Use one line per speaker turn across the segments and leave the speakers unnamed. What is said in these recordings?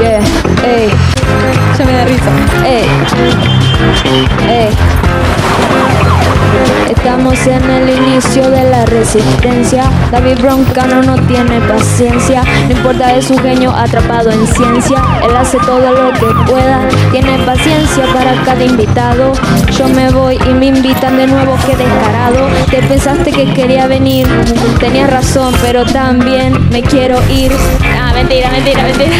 Yeah, ey. Ya me da risa. Ey. Ey. Estamos en el inicio de la resistencia. David Broncano no tiene paciencia. No importa de su genio atrapado en ciencia. Él hace todo lo que pueda. Tiene paciencia para cada invitado. Yo me voy y me invitan de nuevo. Qué descarado. Te pensaste que quería venir. Tenías razón, pero también me quiero ir. Ah, mentira, mentira, mentira.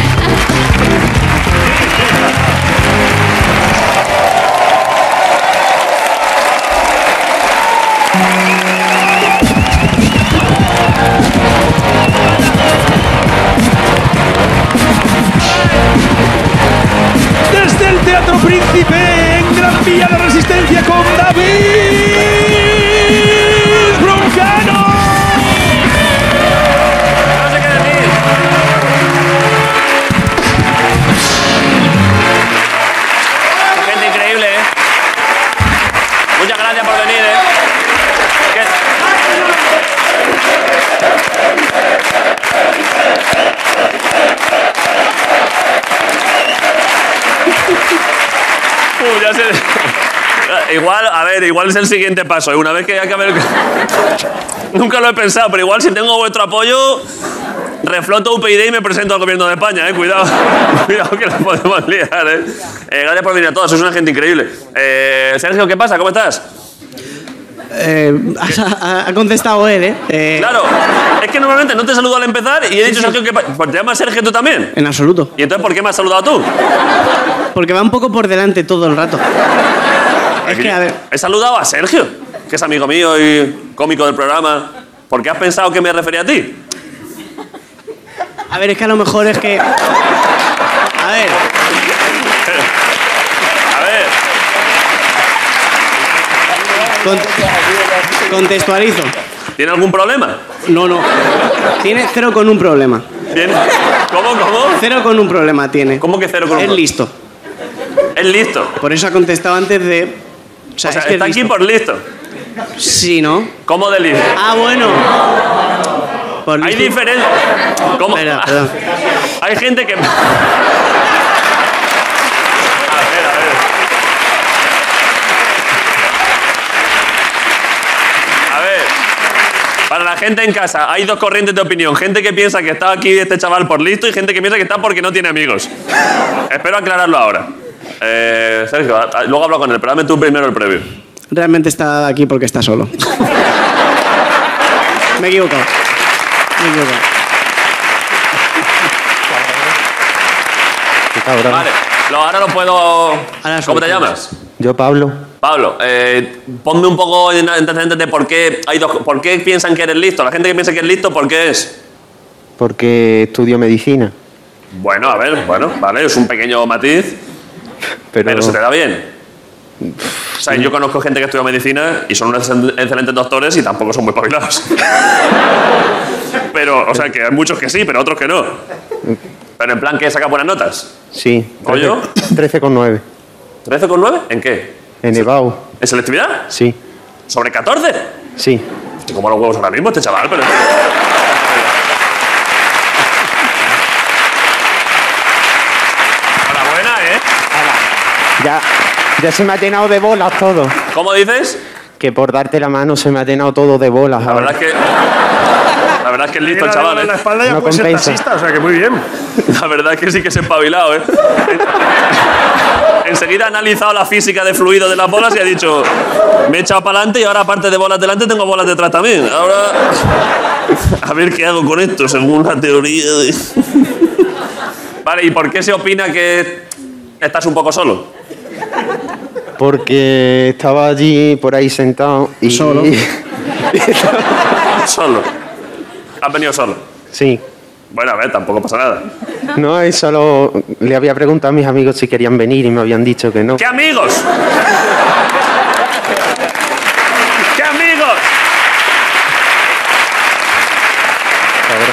Desde el Teatro Príncipe en Gran Vía La Resistencia con David Broncano.
No sé qué decir. Gente increíble, ¿eh? Muchas gracias por venir, ¿eh? Que- Uh, ya sé. Igual, a ver, igual es el siguiente paso. ¿eh? Una vez que acabe el... Nunca lo he pensado, pero igual si tengo vuestro apoyo, refloto UPyD y me presento al gobierno de España, ¿eh? Cuidado, cuidado que la podemos liar, ¿eh? Eh, Gracias por venir a todos, sois una gente increíble. Eh, Sergio, ¿qué pasa? ¿Cómo estás?
Eh, ha, ha contestado él, ¿eh? Eh,
Claro, es que normalmente no te saludo al empezar y he dicho, Sergio, ¿qué pasa? Pues te llamas Sergio tú también.
En absoluto.
¿Y entonces por qué me has saludado tú?
Porque va un poco por delante todo el rato. Es que, a ver,
He saludado a Sergio, que es amigo mío y cómico del programa. ¿Por qué has pensado que me refería a ti?
a ver, es que a lo mejor es que. A ver,
A ver,
con- contextualizo.
¿tiene algún problema?
No, no. Tiene cero con un problema.
¿Tiene- ¿Cómo, cómo?
Cero con un problema tiene.
¿Cómo que cero con un
Es
pro-
listo.
Es listo.
Por eso ha contestado antes de. O sea,
O sea,
es que es
está aquí
listo.
por listo.
Sí, ¿no?
¿Cómo de listo?
Ah, bueno. Por
Hay
listo-
diferencia. ¿Cómo?
Espera, perdón.
Hay gente que. A ver, a ver. A ver. Para la gente en casa, hay dos corrientes de opinión. Gente que piensa que está aquí este chaval por listo y gente que piensa que está porque no tiene amigos. Espero aclararlo ahora. Eh, Sergio, a- a- luego hablo con él, pero dame tú primero el previo.
Realmente está aquí porque está solo. Me he equivocado. Me he equivocado.
Qué cabrón.
Vale, lo- ahora lo puedo.
Ahora
¿Cómo te
sueltas.
llamas?
Yo, Pablo.
Pablo, eh, ponme un poco en antecedentes de por qué, hay dos, por qué piensan que eres listo. La gente que piensa que eres listo, ¿por qué es?
Porque estudio medicina.
Bueno, a ver, bueno, vale, es un pequeño matiz,
Pero,
pero, se te da bien. O sea, yo conozco gente que estudia medicina y son unos excel- excelentes doctores y tampoco son muy pabilados. pero, o sea, que hay muchos que sí, pero otros que no. Pero en plan, que saca buenas notas?
Sí.
¿Coño?
13,9.
¿13,9? ¿En qué?
En EBAU.
¿En selectividad?
Sí.
¿Sobre 14?
Sí.
Estoy como los huevos ahora mismo este chaval, pero... Enhorabuena, ¿eh?
Ya, ya se me ha llenado de bolas todo.
¿Cómo dices?
Que por darte la mano se me ha llenado todo de bolas.
La
ahora.
verdad es que... La verdad es que es listo el chaval,
En la
¿eh?
espalda ya
No
puede ser
compensa.
taxista, o sea que muy bien.
La verdad es que sí que se ha espabilado, ¿eh? Enseguida ha analizado la física de fluido de las bolas y ha dicho... Me he echado para adelante y ahora aparte de bolas delante tengo bolas detrás también. Ahora... A ver qué hago con esto, según la teoría de... Vale, ¿y por qué se opina que estás un poco solo?
Porque estaba allí por ahí sentado y.
Solo.
Solo. Has venido solo.
Sí.
Bueno, a ver, tampoco pasa nada.
No, es solo. Le había preguntado a mis amigos si querían venir y me habían dicho que no.
¡Qué amigos! ¡Qué amigos!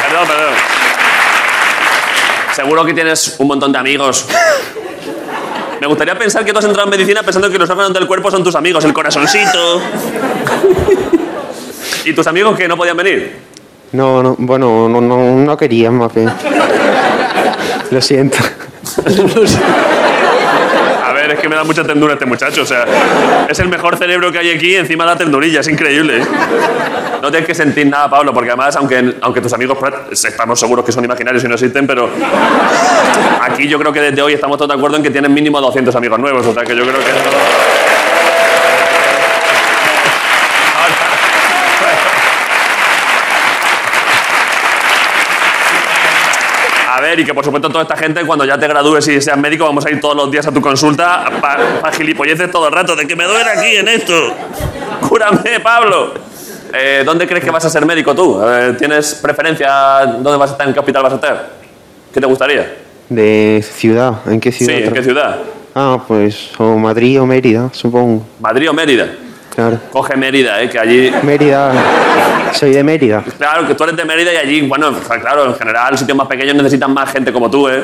Perdón, perdón. Seguro que tienes un montón de amigos. Me gustaría pensar que tú has entrado en medicina pensando que los órganos del cuerpo son tus amigos, el corazoncito. ¿Y tus amigos que no podían venir?
No, no, bueno, no, no, no quería más bien. Lo siento.
No sé.
A ver, es que me da mucha tendura este muchacho. O sea, es el mejor cerebro que hay aquí encima de la tendurilla. Es increíble. No tienes que sentir nada, Pablo, porque además, aunque, aunque tus amigos pra- estamos seguros que son imaginarios y no existen, pero aquí yo creo que desde hoy estamos todos de acuerdo en que tienen mínimo 200 amigos nuevos. O sea, que yo creo que esto- A ver, y que por supuesto toda esta gente, cuando ya te gradúes y seas médico, vamos a ir todos los días a tu consulta para gilipolleces todo el rato, de que me duele aquí en esto. Cúrame, Pablo. Eh, ¿Dónde crees que vas a ser médico tú? Eh, ¿Tienes preferencia dónde vas a estar, en qué hospital vas a estar? ¿Qué te gustaría?
¿De ciudad? ¿En qué
Sí,
ciudad?
¿en qué
tra-
ciudad?
Ah, pues o Madrid o Mérida, supongo.
¿Madrid o Mérida?
Claro.
Coge Mérida, eh, que allí...
Mérida. Soy de Mérida.
Claro, que tú eres de Mérida y allí, bueno, o sea, claro, en general, sitios más pequeños necesitan más gente como tú, ¿eh?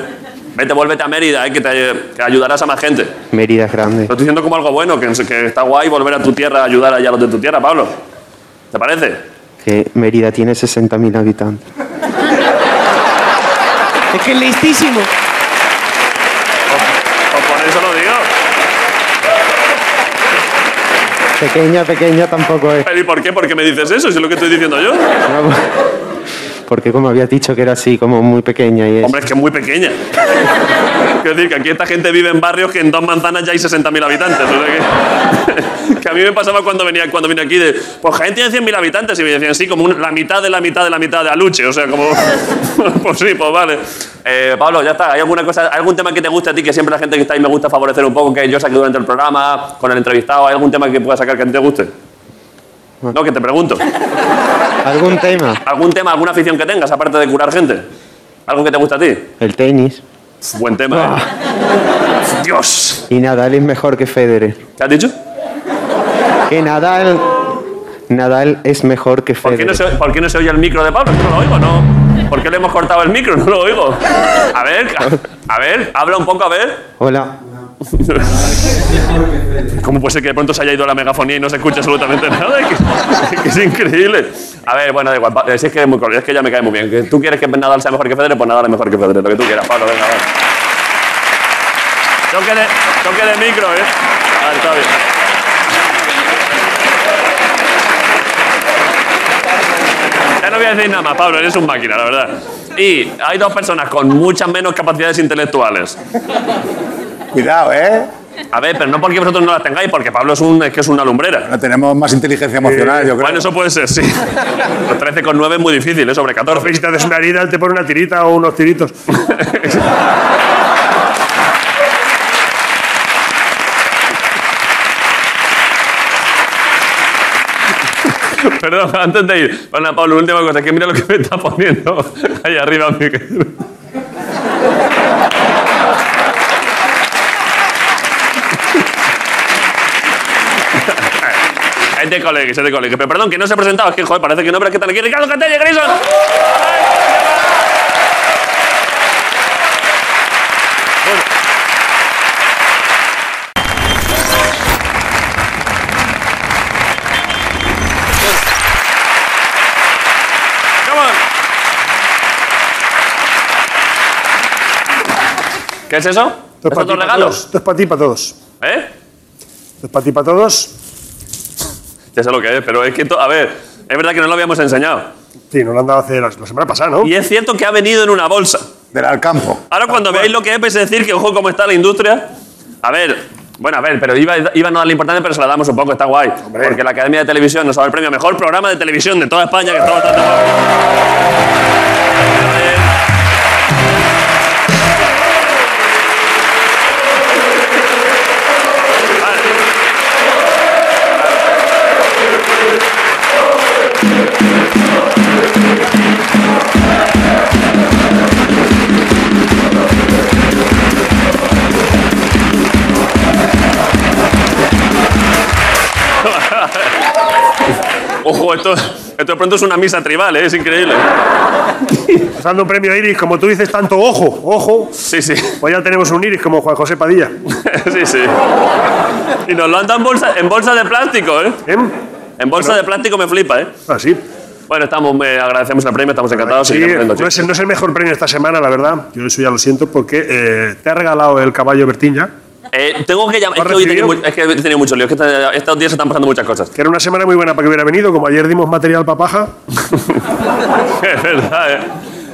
Vete, vuélvete a Mérida, eh, que te que ayudarás a más gente.
Mérida es grande.
Lo estoy diciendo como algo bueno, que, que está guay volver a tu tierra a ayudar allá a los de tu tierra, Pablo. ¿Te parece?
Que Mérida tiene 60.000 habitantes.
Es que es listísimo.
Pues por eso lo digo.
Pequeña, pequeña tampoco es.
Pero ¿y por qué? ¿Por qué me dices eso? Si es lo que estoy diciendo yo.
No, Porque como habías dicho que era así, como muy pequeña y es.
Hombre, es que es muy pequeña. Quiero decir que aquí esta gente vive en barrios que en dos manzanas ya hay 60.000 habitantes. o sea que, que a mí me pasaba cuando venía cuando vine aquí de, pues Jaén tiene 100.000 habitantes y me decían, sí, como un- la mitad de la mitad de la mitad de Aluche. O sea, como, pues sí, pues vale. Eh, Pablo, ya está. ¿Hay alguna cosa, hay algún tema que te guste a ti que siempre la gente que está ahí me gusta favorecer un poco, que yo saque durante el programa, con el entrevistado? ¿Hay algún tema que pueda sacar que a ti te guste? No, que te pregunto.
¿Algún tema?
¿Algún tema, alguna afición que tengas, aparte de curar gente? ¿Algo que te gusta a ti?
El tenis.
Buen tema. ¿eh? Dios.
Y Nadal es mejor que Federer.
¿Qué has dicho?
Que Nadal. Nadal es mejor que
¿Por qué,
Federer.
no se, por qué no se oye el micro de Pablo? Es que No lo oigo, ¿no? ¿Por qué le hemos cortado el micro? No lo oigo. A ver, a, a ver, habla un poco, a ver.
Hola.
¿Cómo puede ser que de pronto se haya ido la megafonía y no se escuche absolutamente nada? Es que, es que es increíble. A ver, bueno, da igual. Pa- Si es que es muy cor- es que ya me cae muy bien. Que ¿Tú quieres que Nadal sea mejor que Federer? Pues Nadal es mejor que Federer. Lo que tú quieras, Pablo, venga, va. Toque de, toque de micro, ¿eh? Vale, está bien. Ya no voy a decir nada más, Pablo, eres un máquina, la verdad. Y hay dos personas con muchas menos capacidades intelectuales.
Cuidado, ¿eh?
A ver, pero no porque vosotros no las tengáis, porque Pablo es, un, es que es una lumbrera.
No tenemos más inteligencia emocional, yo creo.
Bueno, eso puede ser, sí. Los 13,9 es muy difícil, ¿eh? sobre 14.
Si te haces una herida, él te pone una tirita o unos tiritos.
Perdón, antes de ir. Bueno, Pablo, última cosa, que mira lo que me está poniendo ahí arriba. Miguel. Es de colegas, es de colegas. Pero perdón, que no se ha presentado. Es que, joder, parece que no, pero es que tal aquí. ¡Ricardo Cantella, Grison! Come on. ¿Qué es eso?
Esto
¿Es
es para ti,
otros
para todos.
regalos?
Esto es para ti, para todos.
¿Eh?
Esto es para ti, para todos.
Ya sé lo que es, pero es que, to- a ver, es verdad que no lo habíamos enseñado.
Sí, nos lo han dado hace la, la semana pasada, ¿no?
Y es cierto que ha venido en una bolsa.
Del Alcampo.
Ahora cuando veáis lo que es, vais a decir que ojo cómo está la industria. A ver, bueno, a ver, pero iba, iba a no darle importancia, pero se la damos un poco, está guay. Porque la Academia de Televisión nos ha dado el premio a Mejor Programa de Televisión de toda España, que está bastante guay. Vale. Ojo, esto, esto de pronto es una misa tribal, ¿eh? es increíble.
Nos dando un premio Iris, como tú dices, tanto ojo, ojo.
Sí, sí.
Pues ya tenemos un Iris como Juan José Padilla.
sí, sí. Y nos lo han dado en bolsa, en bolsa de plástico, ¿eh?
¿Eh?
En bolsa de plástico me flipa, ¿eh?
Ah, sí.
Bueno, estamos, eh, agradecemos el premio, estamos encantados.
Sí,
seguiremos haciendo
no es,
chistes.
el- no es el mejor premio esta semana, la verdad. Yo eso ya lo siento porque eh, te ha regalado el caballo Bertín ya,
Eh, tengo que llamar. Es
¿Lo
que
has
hoy he tenido
recibido?
mu- es que he tenido mucho lío. Es que esta- estos días se están pasando muchas cosas.
que era una semana muy buena para que hubiera venido. Como ayer dimos material para paja,
es verdad, eh.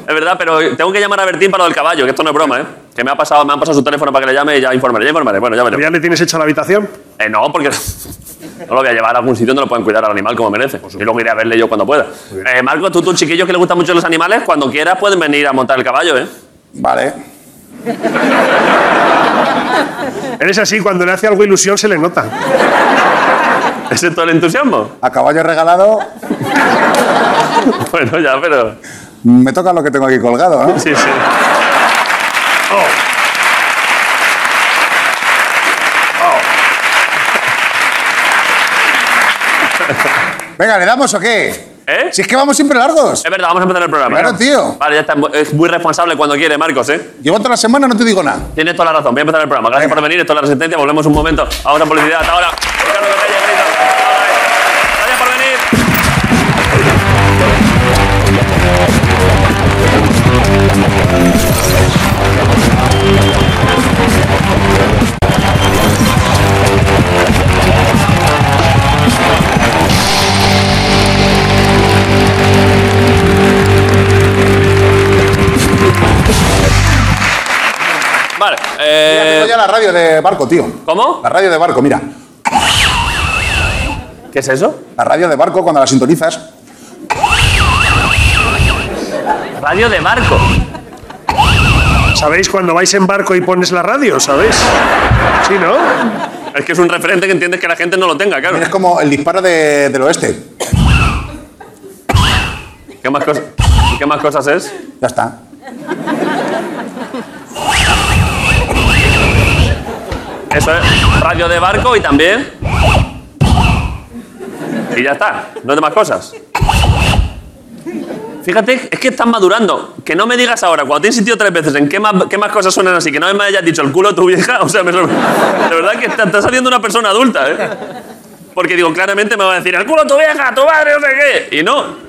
Es verdad, pero tengo que llamar a Bertín para lo del caballo, que esto no es broma, ¿eh? Que me, ha pasado, me han pasado su teléfono para que le llame y ya informaré. Ya informaré. Bueno, ya veremos.
ya le tienes hecha la habitación.
Eh, no, porque no lo voy a llevar a algún sitio donde lo pueden cuidar al animal como merece. Y luego iré a verle yo cuando pueda. Eh, Marco, tú, tú, chiquillos que le gustan mucho los animales, cuando quieras pueden venir a montar el caballo, ¿eh?
Vale.
Eres así, cuando le hace algo ilusión se le nota.
¿Ese es todo el entusiasmo?
A caballo regalado,
Bueno, ya, pero...
me toca lo que tengo aquí colgado, ¿no?
Sí, sí.
Oh. Venga, ¿le damos o qué?
¿Eh?
Si es que vamos siempre largos.
Es verdad, vamos a empezar el programa.
Claro, tío.
Vale, ya está. Es muy responsable cuando quiere, Marcos, ¿eh?
Llevo toda la semana, no te digo nada.
Tienes toda la razón. Voy a empezar el programa. Gracias
Venga.
por venir. Esto es La Resistencia. Volvemos un momento. Vamos a publicidad. Hasta ahora. Ricardo Capella, Benito. Hasta ahora. Gracias por venir. Vale.
Mira,
eh,
tengo ya la radio de barco, tío.
¿Cómo?
La radio de barco, mira.
¿Qué es eso?
La radio de barco, cuando la sintonizas,
Radio de barco.
¿Sabéis cuando vais en barco y pones la radio? ¿Sabéis? Sí, ¿no?
Es que es un referente que entiendes que la gente no lo tenga, claro.
es como el disparo de- del oeste.
¿Qué más, cosas? ¿Qué más cosas es?
Ya está.
Eso es radio de barco y también. Y ya está. No hay más cosas. Fíjate, es que estás madurando. Que no me digas ahora, cuando te he insistido tres veces en qué más, qué más cosas suenan así, que no me hayas dicho el culo de tu vieja, o sea, me sorprende. De verdad que está, está saliendo una persona adulta, ¿eh? Porque digo, claramente me va a decir el culo de tu vieja, tu madre, no sé qué. Y no,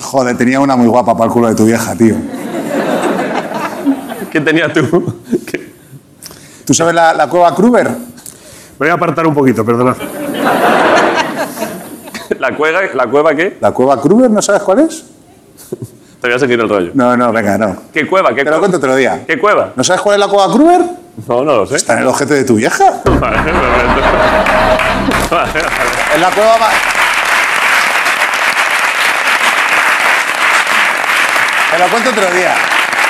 Joder, tenía una muy guapa para el culo de tu vieja, tío.
¿qué tenías tú? ¿Qué?
¿Tú sabes la, la cueva Kruger?
Me voy a apartar un poquito, perdonad.
¿La, cueva, ¿La cueva qué?
¿La cueva Kruger no sabes cuál es?
Te voy a seguir el rollo.
No, no, venga, no.
¿Qué cueva? ¿Qué
Te lo
cueva?
cuento otro día.
¿Qué cueva?
¿No sabes cuál es la cueva Kruger?
No, no lo sé.
Está en el ojete de tu vieja.
Vale, perfecto. Vale, vale.
Es la cueva más... Te lo cuento otro día.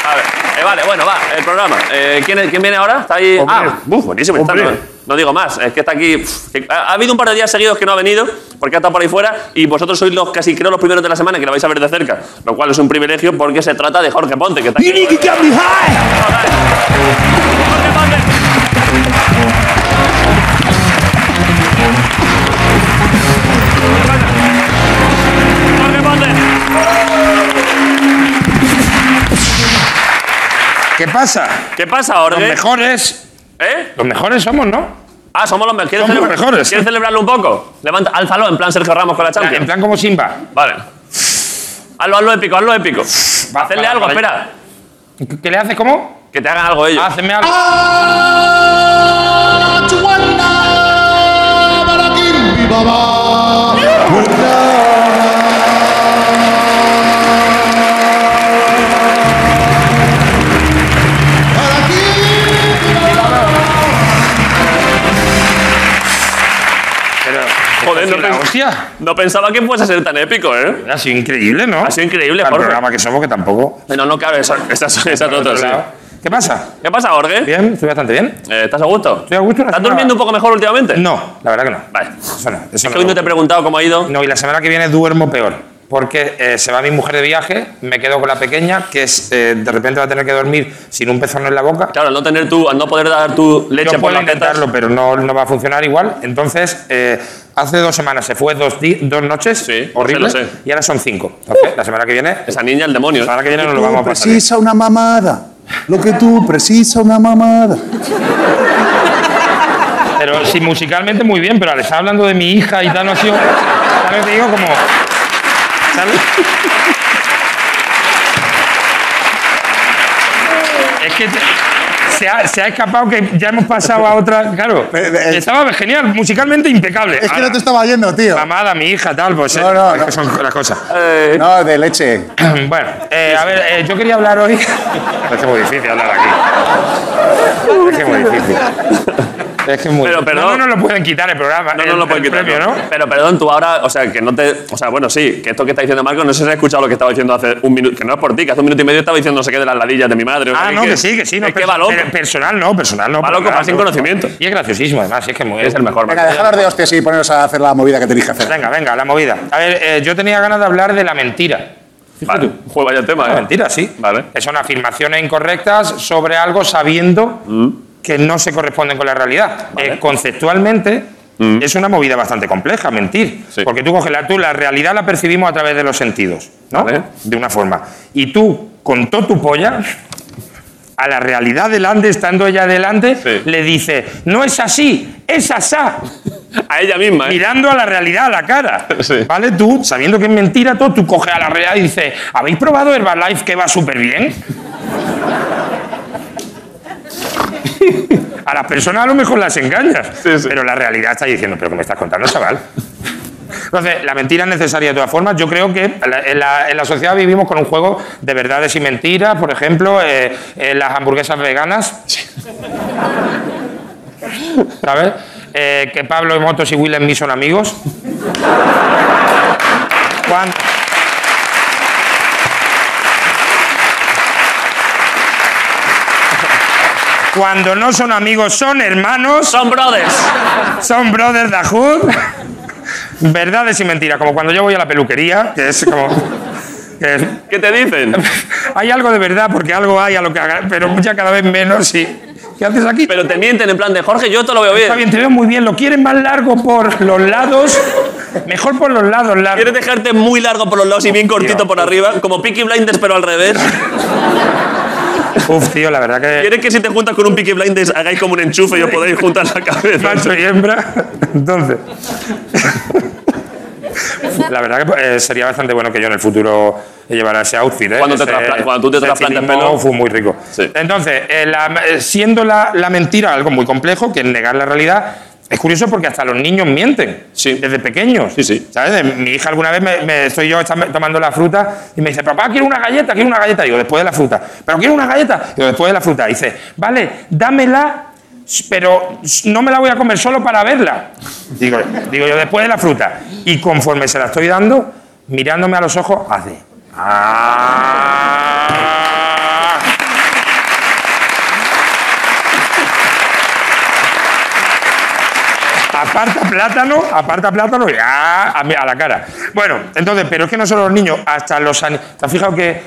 A ver, eh, vale, bueno, va, el programa. Eh, ¿quién, es- quién viene ahora? Está ahí.
Hombre,
ah, buf, buenísimo, está, no,
hombre.
no digo más, es que está aquí. pf, que- ha, ha habido un par de días seguidos que no ha venido, porque ha estado por ahí fuera, y vosotros sois los casi creo los primeros de la semana que lo vais a ver de cerca, lo cual es un privilegio porque se trata de Jorge Ponte, que está aquí. Jorge Ponte. Jorge Ponte.
¿Qué pasa?
¿Qué pasa, Jorge?
Los mejores.
¿Eh?
Los mejores somos, ¿no?
Ah, somos los mejores. ¿Quieres,
Somos los
celebra-
mejores.
¿Quieres celebrarlo un poco? Levanta, álzalo en plan Sergio Ramos con la
En
Champions.
plan como Simba.
Vale. Hazlo, hazlo épico, hazlo épico.
Va, Ah,
Hacerle
para,
algo,
para.
espera.
¿Qué qué le haces como?
Que te hagan algo ellos.
Hazme algo. Pero,
Joder, no,
la
pens-
hostia.
no pensaba que fuese a ser tan épico, ¿eh?
Ha sido increíble, ¿no?
Ha sido increíble,
Para el
Jorge.
programa que somos, que tampoco.
Bueno, no, claro, esas esas esas
Por otro
notas, sí.
lado. ¿Qué pasa?
¿Qué pasa, Jorge?
Bien, estoy bastante bien.
Eh, ¿Estás a gusto?
Estoy a gusto, la
¿Estás
semana-
durmiendo un poco mejor últimamente?
No, la verdad que no.
Vale.
Eso no,
Es
eso
que
no.
hoy no te he preguntado cómo ha ido.
No, y la semana que viene duermo peor. Porque eh, se va mi mujer de viaje, me quedo con la pequeña, que es, eh, de repente va a tener que dormir sin un pezón en la boca.
Claro, al no tener tu, al no poder dar tu leche
Yo
por
puedo
las tetas.
intentarlo, pero no, no va a funcionar igual. Entonces, eh, hace dos semanas se fue dos, di- dos noches,
Sí, lo
horrible,
sé, lo sé.
y ahora son cinco. Entonces, la semana que viene, la
Esa niña, el demonio. ¿eh?
semana que viene no lo vamos a pasar. bien.
Precisa una mamada. Lo que tú precisa una mamada.
Pero sí, musicalmente muy bien, pero al estar hablando de mi hija y tal, no ha sido. ¿Sabes? Te digo como. ¿sabes? es que te- se, ha, se ha escapado que ya hemos pasado a otra. Claro,
Eh, eh,
estaba genial, musicalmente impecable.
Es que
Ahora,
no te estaba yendo, tío.
Mamada, mi hija, tal, pues.
No,
eh,
no,
es que
no.
son las cosas.
Eh,
No, de leche.
Bueno, eh, a ver, eh, yo quería hablar hoy. Es que es muy difícil hablar aquí. Es que es muy difícil. Es que es muy
Pero, perdón.
No, no nos lo pueden quitar el programa.
No,
el,
no lo pueden
el
quitar.
premio, ¿no?
Pero perdón, tú ahora, o sea, que no te. O sea, bueno, sí, que esto que está diciendo Marco, no sé si has escuchado lo que estaba diciendo hace un minuto, que no es por ti, que hace un minuto y medio estaba diciendo no sé qué de las ladillas de mi madre. o
Ah,
sea,
no, que sí, que sí. No,
es que
perso-
va loco.
per- Personal no, personal no.
Va loco,
personal,
va sin
no.
conocimiento.
Y es graciosísimo, además. Es que muy-
Es el mejor,
Venga,
Marco.
dejaros de hostias y poneros a hacer la movida que tenéis que hacer.
Venga, venga, la movida. A ver, eh, yo tenía ganas de hablar de la mentira.
Vale. Joder, vaya tema,
La
¿eh?
mentira, sí.
Vale.
Que son afirmaciones incorrectas sobre algo sabiendo
Mm.
que no se corresponden con la realidad. Eh, conceptualmente es una movida bastante compleja, mentir.
Mm. Sí.
Porque tú coges la, tú la realidad la percibimos a través de los sentidos, ¿no?
Vale.
De una forma. Y tú, con todo tu polla, a la realidad delante, estando ella delante,
Sí.
le dices, no es así, es asá
A ella misma, ¿eh?
mirando a la realidad a la cara.
Sí.
¿Vale? Tú, sabiendo que es mentira todo, tú coges a la realidad y dices, ¿habéis probado Herbalife que va súper bien? A las personas a lo mejor las engañas,
Sí, sí.
pero la realidad está diciendo, pero ¿qué me estás contando, chaval? Entonces, la mentira es necesaria de todas formas. Yo creo que en la- en la, en la sociedad vivimos con un juego de verdades y mentiras. Por ejemplo, eh, eh, las hamburguesas veganas. ¿Sabes? Eh, que Pablo Motos y Will Smith son amigos. Juan. Cuando no son amigos, son hermanos.
Son brothers.
Son brothers da Hood. Verdades y mentiras, como cuando yo voy a la peluquería, que es como. que es-
¿Qué te dicen?
hay algo de verdad, porque algo hay a lo que haga, pero ya cada vez menos. Y, ¿Qué haces aquí?
Pero te mienten en plan de Jorge, yo te lo veo
Está
bien.
bien, te veo muy bien. Lo quieren más largo por los lados. Mejor por los lados, largo.
¿Quieres dejarte muy largo por los lados y bien cortito por arriba? Como Peaky Blinders, pero al revés.
Uf, tío, la verdad que.
¿Quieres que si te juntas con un Peaky Blinders hagáis como un enchufe y os podáis juntar la cabeza?
macho y hembra. Entonces. La verdad que eh, sería bastante bueno que yo en el futuro llevara ese outfit. ¿eh?
Cuando te
Ese-
traspla- cuando tú te
ese
trasplantes
estilismo
pelo.
Fue muy rico.
Sí.
Entonces, eh, la- eh, siendo la, la mentira algo muy complejo, que es negar la realidad, es curioso porque hasta los niños mienten
Sí.
desde pequeños.
Sí, sí.
¿Sabes? Mi hija alguna vez me, me- estoy yo tam- tomando la fruta y me dice, papá, quiero una galleta, quiero una galleta. Digo, después de la fruta. Pero quiero una galleta. Digo, después de la fruta. Dice, vale, dámela, pero no me la voy a comer solo para verla. Digo, digo yo, después de la fruta. Y conforme se la estoy dando, mirándome a los ojos, hace. "Ah". Aparta plátano, aparta plátano y ¡ah! a, mi- a la cara. Bueno, entonces, pero es que no solo los niños, hasta los animales. ¿Te has fijado que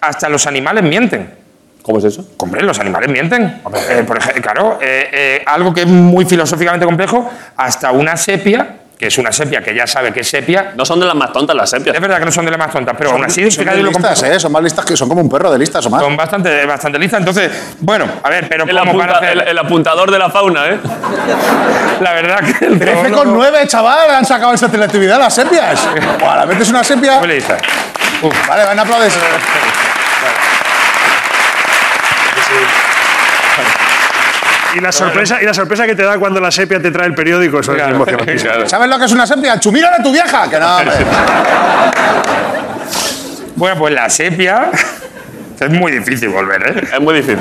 hasta los animales mienten?
¿Cómo es eso?
Hombre, los animales mienten. Eh, por ejemplo, claro, eh, eh, algo que es muy filosóficamente complejo, hasta una sepia, que es una sepia que ya sabe que es sepia,
No son de las más tontas las sepias.
es verdad que no son de las más tontas, pero aún así,
Son
fíjate
muy
lo complejo.
listas, ¿eh? Son más listas que son como un perro de listas, Omar.
Son bastante, bastante listas, entonces, bueno, a ver, pero
El,
como
apunta-
para hacer-
el- el apuntador de la fauna, ¿eh?
la verdad que el
13 con
zoólogo-
9, chaval, han sacado esa selectividad las serpias. Buah, la metes una sepia.
Muy lista.
Vale, van a aplaudir.
Y la sorpresa, y la sorpresa que te da cuando la sepia te trae el periódico, eso es emocionante.
¿Sabes lo Pues que es una sepia? ¡El chumiro de tu vieja! Que no, hombre.
Bueno, pues la sepia es muy difícil volver, ¿eh?
Es muy difícil.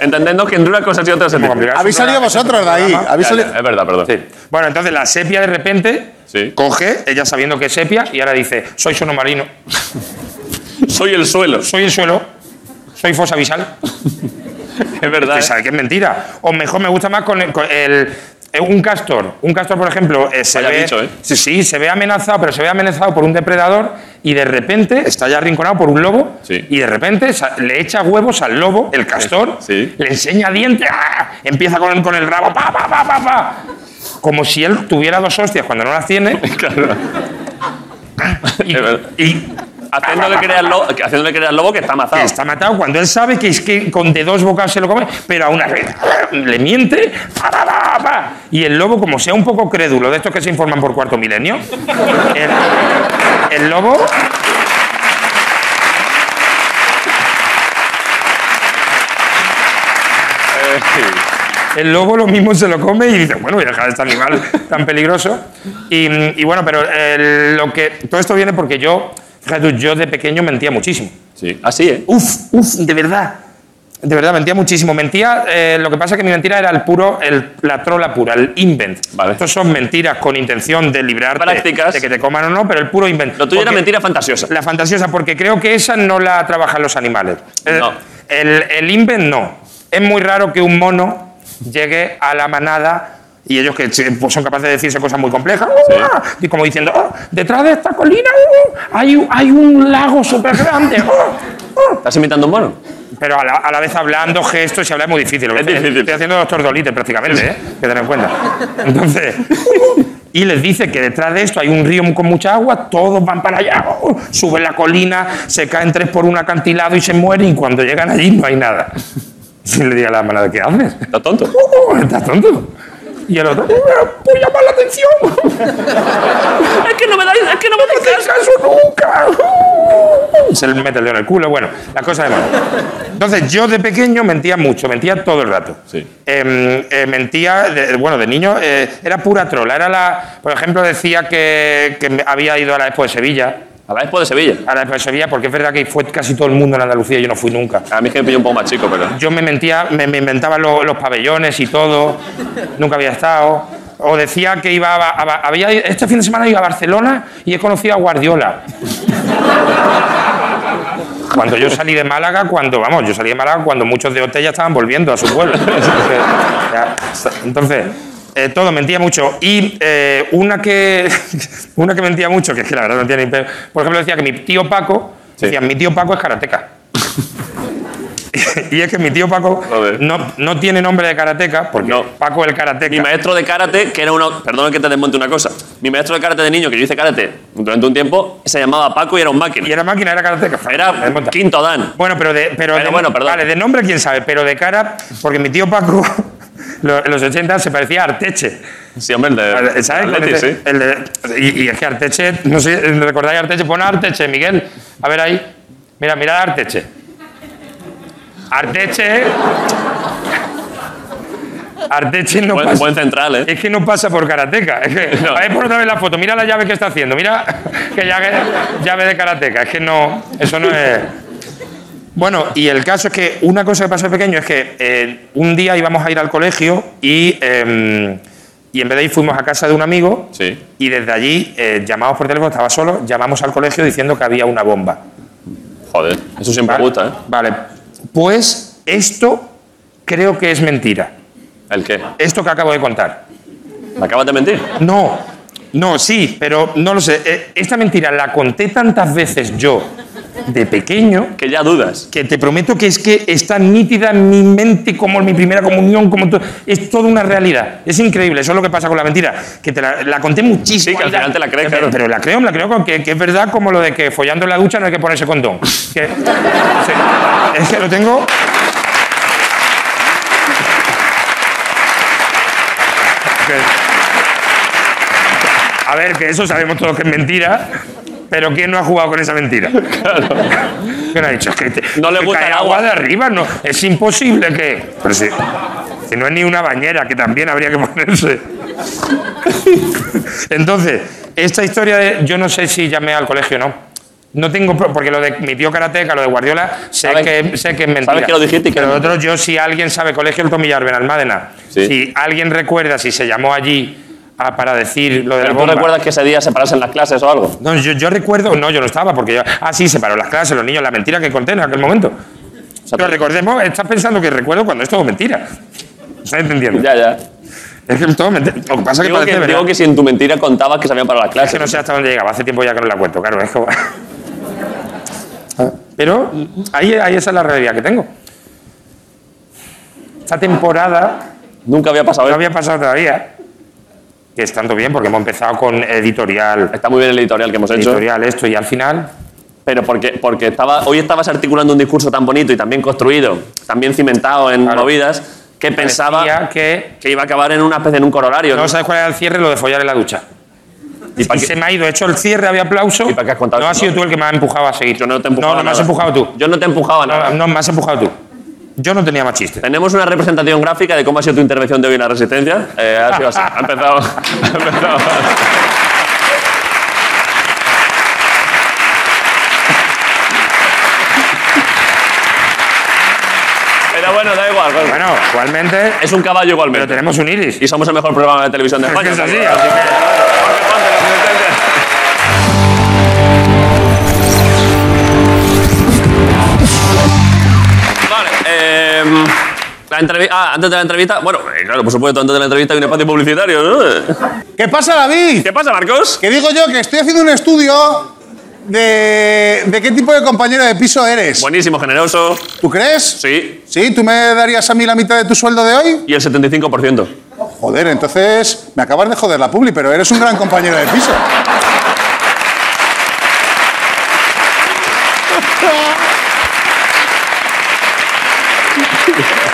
Entendiendo que entre unas cosas y otras se
Muy
dice.
complicado.
Habéis salido vosotros de ahí. Habéis
Ya,
salido...
ya, Es verdad, perdón.
Sí. Bueno, entonces la sepia de repente
Sí.
coge, ella sabiendo que es sepia, y ahora dice, soy sono marino,
Soy el suelo.
soy el suelo, soy fosa visal.
Es verdad.
Que
¿eh?
sabe que es mentira. O mejor me gusta más con el, con el- eh, un castor. Un castor, por ejemplo, eh, se
Vaya
ve,
bicho, ¿eh?
sí, sí, se ve amenazado, pero se ve amenazado por un depredador y de repente está ya arrinconado por un lobo
Sí.
y de repente sa- le echa huevos al lobo, el castor,
Sí.
le enseña dientes, ¡ah! empieza con el, con el rabo, pa, pa, pa, pa, pa. como si él tuviera dos hostias cuando no las tiene
Claro.
y,
Es verdad.
y
Haciéndole creer al lobo, haciéndole creer al lobo que está
que
matado.
está matado cuando él sabe que es que con de dos bocados se lo come, pero aún así eh, le miente. pa, pa, pa, pa. Y el lobo, como sea un poco crédulo de estos que se informan por cuarto milenio, el- el lobo. El lobo lo mismo se lo come y dice, bueno, voy a dejar a este animal tan peligroso. Y, y bueno, pero eh, lo que, todo esto viene porque yo, fíjate tú, yo de pequeño mentía muchísimo.
Sí. Así, ¿eh?
Uf, uf, de verdad. De verdad, mentía muchísimo. Mentía, eh, lo que pasa es que mi mentira era el puro, el, la trola pura, el invent.
Vale.
Estos son mentiras con intención de librarte
Prácticas.
de que te coman o no, pero el puro invent.
Lo tuyo era
Porque-
mentira fantasiosa.
La fantasiosa, porque creo que esa no la trabajan los animales. Eh,
No.
El, el invent no. Es muy raro que un mono llegue a la manada y ellos que se- pues, son capaces de decirse cosas muy complejas, ¡Ah! y como diciendo, "Oh, detrás de esta colina uh, hay, un- hay un lago ¡oh! súper grande.
¿Estás imitando un mono?
Pero a la, a la vez hablando, gestos y hablar es muy difícil. Lo que
Es
estoy-
difícil.
Estoy haciendo doctor Dolittle prácticamente, ¿eh? que tener en cuenta. Entonces, y les dice que detrás de esto hay un río con mucha agua, todos van para allá, oh, suben la colina, se caen tres por un acantilado y se mueren, y cuando llegan allí no hay nada. Si le diga a la manada, ¿qué haces?
¿Estás tonto?
"Oh, ¿Estás tonto? Y el otro, "Oh, pues llamar la atención.
Es que no me dais, es que no me
No te hagas caso nunca. Se le mete el dedo en el culo. Bueno, la cosa es mala. Entonces, yo de pequeño mentía mucho, mentía todo el rato.
Sí.
Em, eh, mentía, de- bueno, de niño eh, era pura trola. Era la, por ejemplo, decía que, que me había ido a la Expo de Sevilla.
A la Expo de Sevilla.
A la Expo de Sevilla, porque es verdad que fue casi todo el mundo en Andalucía y yo no fui nunca.
A mí es que me pillo un poco más chico, pero.
Yo me mentía, me, me inventaba lo- los pabellones y todo, nunca había estado. O decía que iba a, a- había, este fin de semana iba a Barcelona y he conocido a Guardiola. Cuando yo salí de Málaga, cuando, vamos, yo salí de Málaga cuando muchos de Otella estaban volviendo a su pueblo. Ya, Entonces, eh, todo mentía mucho. Y eh, una, que, una que mentía mucho, que es que la verdad no tiene ni pe- Por ejemplo, decía que mi tío Paco,
Sí.
decía, mi tío Paco es karateca. y es que mi tío Paco
Joder.
no, no tiene nombre de karateca, porque
No.
Paco el karateca.
Mi maestro de karate, que era uno. Perdón que te desmonte una cosa. Mi maestro de karate de niño, que yo hice karate durante un tiempo, se llamaba Paco y era un máquina.
y era máquina, era karateca. Me
Era
desmonta.
quinto Dan.
Bueno, pero de, pero
Bueno,
de-
bueno, perdón.
Vale, de nombre quién sabe, pero de cara, porque mi tío Paco, lo- en los 80 se parecía a Arteche.
Sí, hombre, el de.
¿Sabes?
el Atleti,
Con
Eh, sí.
este- el de- y, y es que Arteche, no sé, ¿recordáis Arteche? Pon Arteche, Miguel. A ver ahí. Mira, mira a Arteche. Arteche. Arteche no
Buen,
pasa.
buen central, ¿eh?
Es que no pasa por karateca. Es que,
No.
A ver, por otra vez la foto. Mira la llave que está haciendo. Mira que llave, llave de karateca. Es que no. Eso no es. Bueno, y el caso es que una cosa que pasó de pequeño es que eh, un día íbamos a ir al colegio y, eh, y en vez de ir fuimos a casa de un amigo
Sí.
y desde allí eh, llamamos por teléfono, estaba solo, llamamos al colegio diciendo que había una bomba.
Joder, eso siempre
¿vale?
gusta, ¿eh?
Vale, pues esto creo que es mentira,
¿El qué?
esto que acabo de contar.
¿Me acabas de mentir?
No, no, sí, pero no lo sé. Eh, Esta mentira la conté tantas veces yo de pequeño
Que ya dudas.
que te prometo que es que está nítida en mi mente como en mi primera comunión, como to- es toda una realidad. Es increíble, eso es lo que pasa con la mentira, que te la, la conté muchísimo.
Sí, que al
y la-
final te la crees,
pero,
claro.
pero la creo, la creo con que, que es verdad como lo de que follando en la ducha no hay que ponerse condón. Que- sí, es que lo tengo... Que- a ver, que eso sabemos todos que es mentira, pero ¿quién no ha jugado con esa mentira? ¿Quién ha dicho? Es que te-
No le
que
gusta
cae
el agua.
de arriba, no. Es imposible que. Pero sí. Si no es ni una bañera, que también habría que ponerse. Entonces, esta historia de. Yo no sé si llamé al colegio o no. No tengo. pro- Porque lo de mi tío Karateca, lo de Guardiola, sé,
¿Sabes?
que, sé que es mentira.
¿Sabes que lo dijiste y que-
Pero otro, yo, si alguien sabe, colegio El Tomillar, Benalmádena.
Sí.
Si alguien recuerda si se llamó allí a- para decir lo de la
¿Pero tú
bomba.
recuerdas que ese día se parasen las clases o algo?
No, yo, yo recuerdo, no, yo no estaba, porque yo. Ah, sí, se paró las clases, los niños, la mentira que conté en aquel momento.
O sea,
Pero recordemos, estás pensando que recuerdo cuando es todo mentira. ¿Estás entendiendo?
Ya, ya.
Es que es todo mentira. Lo que pasa es que
Digo
parece
que,
verdad.
digo que si en tu mentira contabas que se habían parado las
Es que
clases.
no sé hasta dónde llegaba, hace tiempo ya que no la cuento, claro. Es como... Ah, Pero ahí, ahí esa es la realidad que tengo. Esta temporada
Nunca había pasado
no
eso.
había pasado todavía, que es tanto bien porque hemos empezado con editorial,
Está muy bien el editorial que hemos hecho. ¿eh?
editorial esto y al final
Pero porque, porque estaba, hoy estabas articulando un discurso tan bonito y tan bien construido, tan bien cimentado en
Claro.
movidas, que pensaba
parecía que
que iba a acabar en una especie en un corolario.
no
¿no?
sabes cuál era el cierre, lo de follar en la ducha.
¿Y
Y
para qué?
se me ha ido, he hecho el cierre, había aplauso.
¿Y para qué has contado
No
eso?
has sido tú el que me has empujado a seguir.
Yo no te he empujado
No, no me has
nada.
empujado tú.
Yo no te he empujado a nada.
No, no, me has empujado tú. Yo no tenía más chiste.
Tenemos una representación gráfica de cómo ha sido tu intervención de hoy en la Resistencia. Eh, ha sido así. Ha empezado. Ha empezado. Pero bueno, da igual. Jorge.
Bueno, igualmente,
Es un caballo
pero
igualmente.
tenemos un iris.
Y somos el mejor programa de televisión de
Es que
España.
es así,
Jorge
así que-
Ponte, La Resistencia. Vale. eh, la entrevi- ah, antes de la entrevista. Bueno, eh, claro, por supuesto, antes de la entrevista hay un espacio publicitario, ¿no?
¿Qué pasa, David?
¿Qué pasa, Marcos?
Que digo yo que estoy haciendo un estudio de, de qué tipo de compañero de piso eres.
Buenísimo, generoso.
¿Tú crees?
Sí.
¿Sí? ¿Tú me darías a mí la mitad de tu sueldo de hoy?
Y el 75%.
Joder, entonces me acabas de joder la publi, pero eres un gran compañero de piso.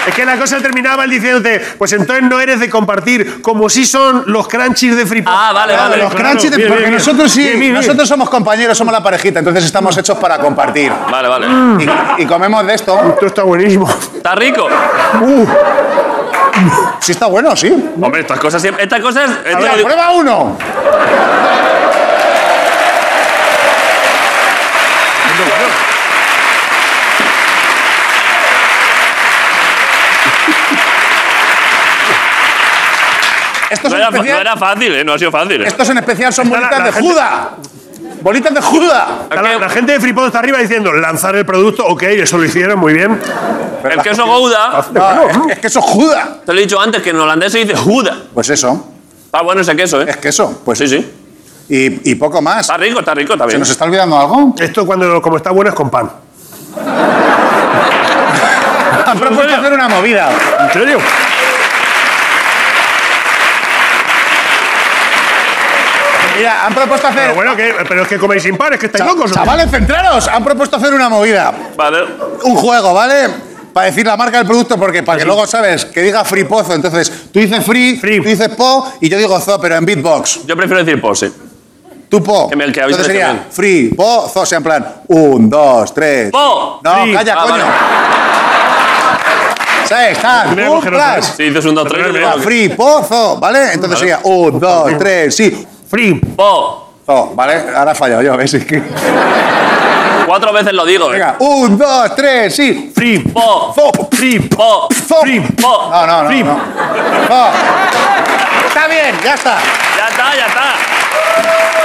Es que la cosa terminaba él diciéndote, pues entonces no eres de compartir, como si son los crunchies de Freeport.
Ah, vale, vale.
Los
claro,
crunchies de-
bien,
porque
bien, bien.
nosotros sí,
Bien, bien, bien.
nosotros somos compañeros, somos la parejita, entonces estamos hechos para compartir.
Vale, vale.
Y, y comemos de esto.
Esto está buenísimo.
Está rico.
Sí está bueno, sí.
Hombre, estas cosas siempre. Estas cosas. eh, esto
Mira,
lo digo-
prueba uno. Estos
no,
en,
era, fa- no
especial,
era fácil, ¿eh? No ha sido fácil. ¿eh?
estos en especial son
Está la-
bolitas
la
de
gente-
juda. Bolitas de juda.
Está La, la gente de Freeport está arriba diciendo, lanzar el producto, ok, eso lo hicieron, muy bien.
El queso Gouda,
No, Ah, es, es queso juda.
te lo he dicho antes, que en holandés se dice Juda.
Pues eso,
Está bueno ese queso, ¿eh?
es queso. Pues
Sí, sí.
Y, y poco más.
Está rico, está rico, está
¿Se
bien.
nos está olvidando algo?
Esto cuando como está bueno es con pan.
Han propuesto hacer una movida.
¿En serio?
Mira, han propuesto hacer.
Pero bueno, que, pero es que coméis sin pan, es que estáis
Cha-
locos. ¿o qué?
Chavales, centraros, han propuesto hacer una movida.
Vale.
Un juego, ¿vale? Para decir la marca del producto, porque para que luego sabes que diga free pozo. Entonces, tú dices free,
Free.
tú dices po y yo digo zo, pero en beatbox.
Yo prefiero decir pose.
Tú po.
Que me- que avise
Entonces
que
sería
me-
free, po, zo, o sea, en plan, un, dos, tres.
Po,
No,
free.
calla,
Ah,
coño. ¿Sabes? Está,
Mira,
un,
coger otra
plas.
vez.
Si dices un, dos, tres, yo
Ah,
digo que-
Free, po, zo, ¿vale? Entonces sería un, dos, tres, sí.
Free.
Po.
Zo, ¿vale? Ahora he fallado yo, ¿ves? Es que-
Cuatro veces lo digo, ¿eh?
Venga, un, dos, tres, sí.
Free.
Po.
Zo,
Free.
Po.
zo.
Free.
Po.
No, no, no.
Flip.
no. No. Está bien, ya está.
Ya está, ya está.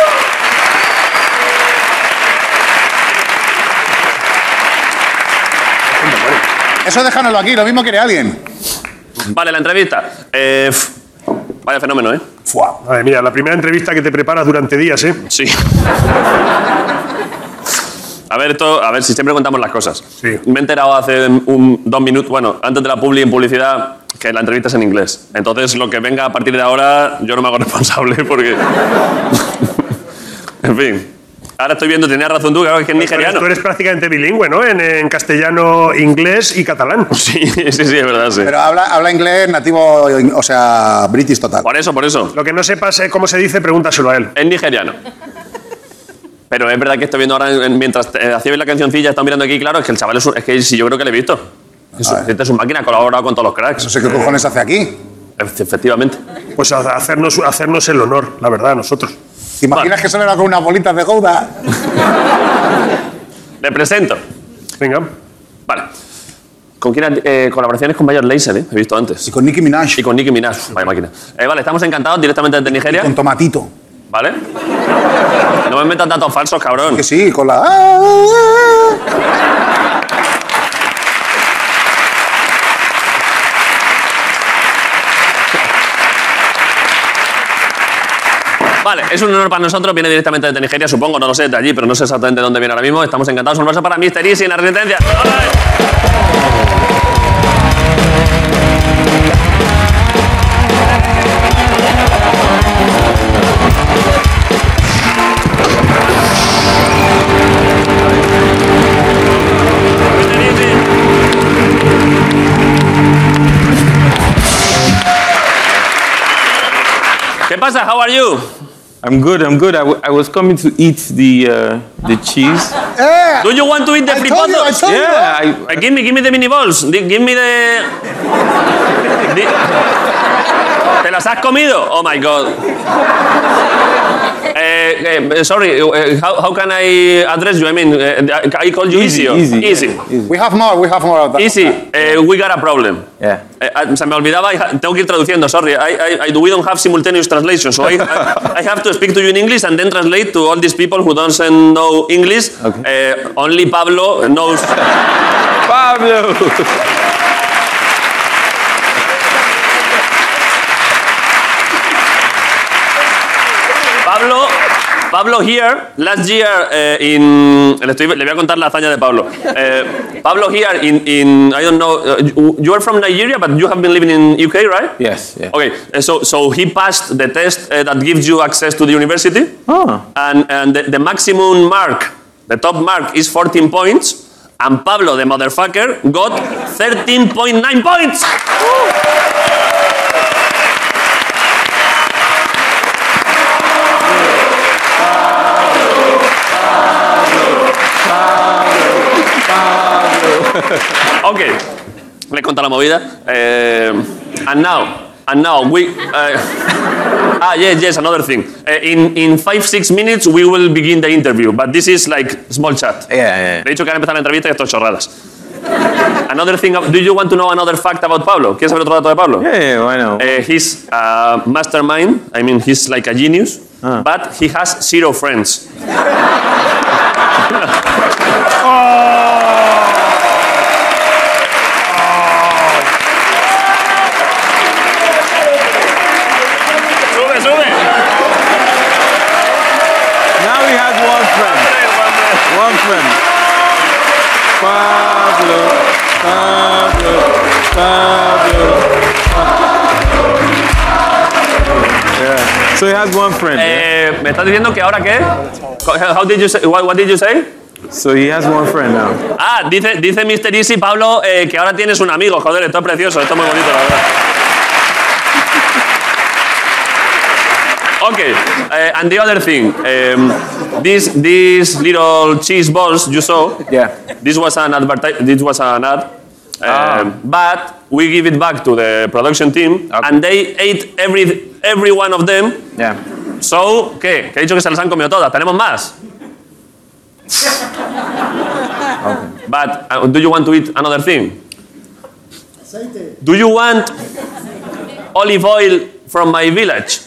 Eso déjanoslo aquí, lo mismo quiere alguien.
Vale, la entrevista. Eh, pf, vaya fenómeno, ¿eh?
Fua.
Madre mía, la primera entrevista que te preparas durante días, ¿eh?
Sí. A ver, esto- a ver si siempre contamos las cosas.
Sí.
Me he enterado hace un, dos minutos, bueno, antes de la publi en publicidad, que la entrevista es en inglés. Entonces, lo que venga a partir de ahora, yo no me hago responsable porque. en fin. Ahora estoy viendo, tenías razón tú, claro, que es nigeriano.
Tú eres prácticamente bilingüe, ¿no? En, en castellano, inglés y catalán.
Sí, sí, sí, es verdad, sí.
Pero habla, habla inglés nativo, o sea, british total.
Por eso, por eso.
Lo que no sepas eh, cómo se dice, pregúntaselo a él.
Es nigeriano. Pero es verdad que estoy viendo ahora, en- mientras eh, hacía la cancioncilla, estaba mirando aquí, claro, es que el chaval es, un- es que sí, yo creo que le he visto. Es, un- es un máquina, ha colaborado con todos los cracks.
Ah, No sé qué cojones hace aquí.
Efectivamente.
Pues a- hacernos, hacernos el honor, la verdad, a nosotros.
¿Te imaginas
Vale.
que solo era con unas bolitas de gouda?
Le presento.
Venga.
Vale. ¿Con quién? has- eh, colaboraciones con Major Lazer, ¿eh? He visto antes.
Y con Nicki Minaj.
Y con Nicki Minaj. Uf, Vaya máquina. Eh, vale, estamos encantados directamente desde Nigeria.
Con Tomatito.
¿Vale? No me metas datos falsos, cabrón.
Que sí, con ¡Ah! la.
Vale, es un honor para nosotros. Viene directamente desde Nigeria, supongo. No lo sé, de allí, pero no sé exactamente dónde viene ahora mismo. Estamos encantados. Un abrazo para Mr. Easy en la resistencia. ¡Hola! Mr. Easy. ¿Qué pasa? How are you?
I'm good. I'm good. I, w- I was coming to eat the uh, the cheese.
Eh,
Do you want to eat the
I told you, I
flipazos?
told you.
Yeah.
Ah.
I,
Uh, give me, give me the mini balls. Di- Give me the. Di- ¿Te las has comido? Oh my god. Eh, eh, sorry, eh, how, how can I address you? I mean, eh, I call you
Easy,
Isio.
easy.
Easy.
We have more, we have more of that.
Easy, eh, we got a problem.
Yeah.
Eh, ah, se me olvidaba, I ha- tengo que ir traduciendo, sorry. I, I, I- we don't have simultaneous translation, so I, I, I have to speak to you in English and then translate to all these people who don't know English. Eh, only Pablo knows.
Pablo.
Pablo, Pablo here, last year eh, in... Le, estoy- le voy a contar la hazaña de Pablo. Eh, Pablo here in, in... I don't know... uh, you- you are from Nigeria, but you have been living in UK, right?
Yes. Yeah.
Okay, eh, so, so he passed the test eh, that gives you access to the university.
Oh.
and, and the, the maximum mark, the top mark is 14 points, and Pablo, the motherfucker, got 13.9 points. Okay, le conta la movida. Eh, and now, and now we. eh, ah, yes, yes, another thing. Eh, in, in five, six minutes we will begin the interview, but this is like small chat.
Yeah.
Le he dicho que ahora empezar la entrevista y esto es chorradas. Another thing, do you want to know another fact about Pablo? ¿Quieres saber otro dato de Pablo?
Yeah. yeah why not?
Eh, he's a mastermind, I mean, he's like a genius, but he has zero friends. Ah. Sube, sube.
Now we have one friend. One friend. Pablo. Pablo. Pablo. Yeah. So he has one friend. yeah?
Eh, ¿Me estás diciendo que ahora qué? How did you say, what, what did you say?
So he has one friend now.
Ah, dice, dice Mr. Easy, Pablo, eh, que ahora tienes un amigo. Joder, esto es precioso, esto es muy bonito, la verdad. Ok, eh, and the other thing. em, this, these little cheese balls you saw,
Yeah.
this was an, adverti- this was an ad. em, But we give it back to the production team
Ah. Okay.
and they ate every, every one of them.
Yeah.
So, ¿qué? Que he dicho que se las han comido todas. ¿Tenemos más? But uh, do you want to eat another thing? Do you want olive oil from my village?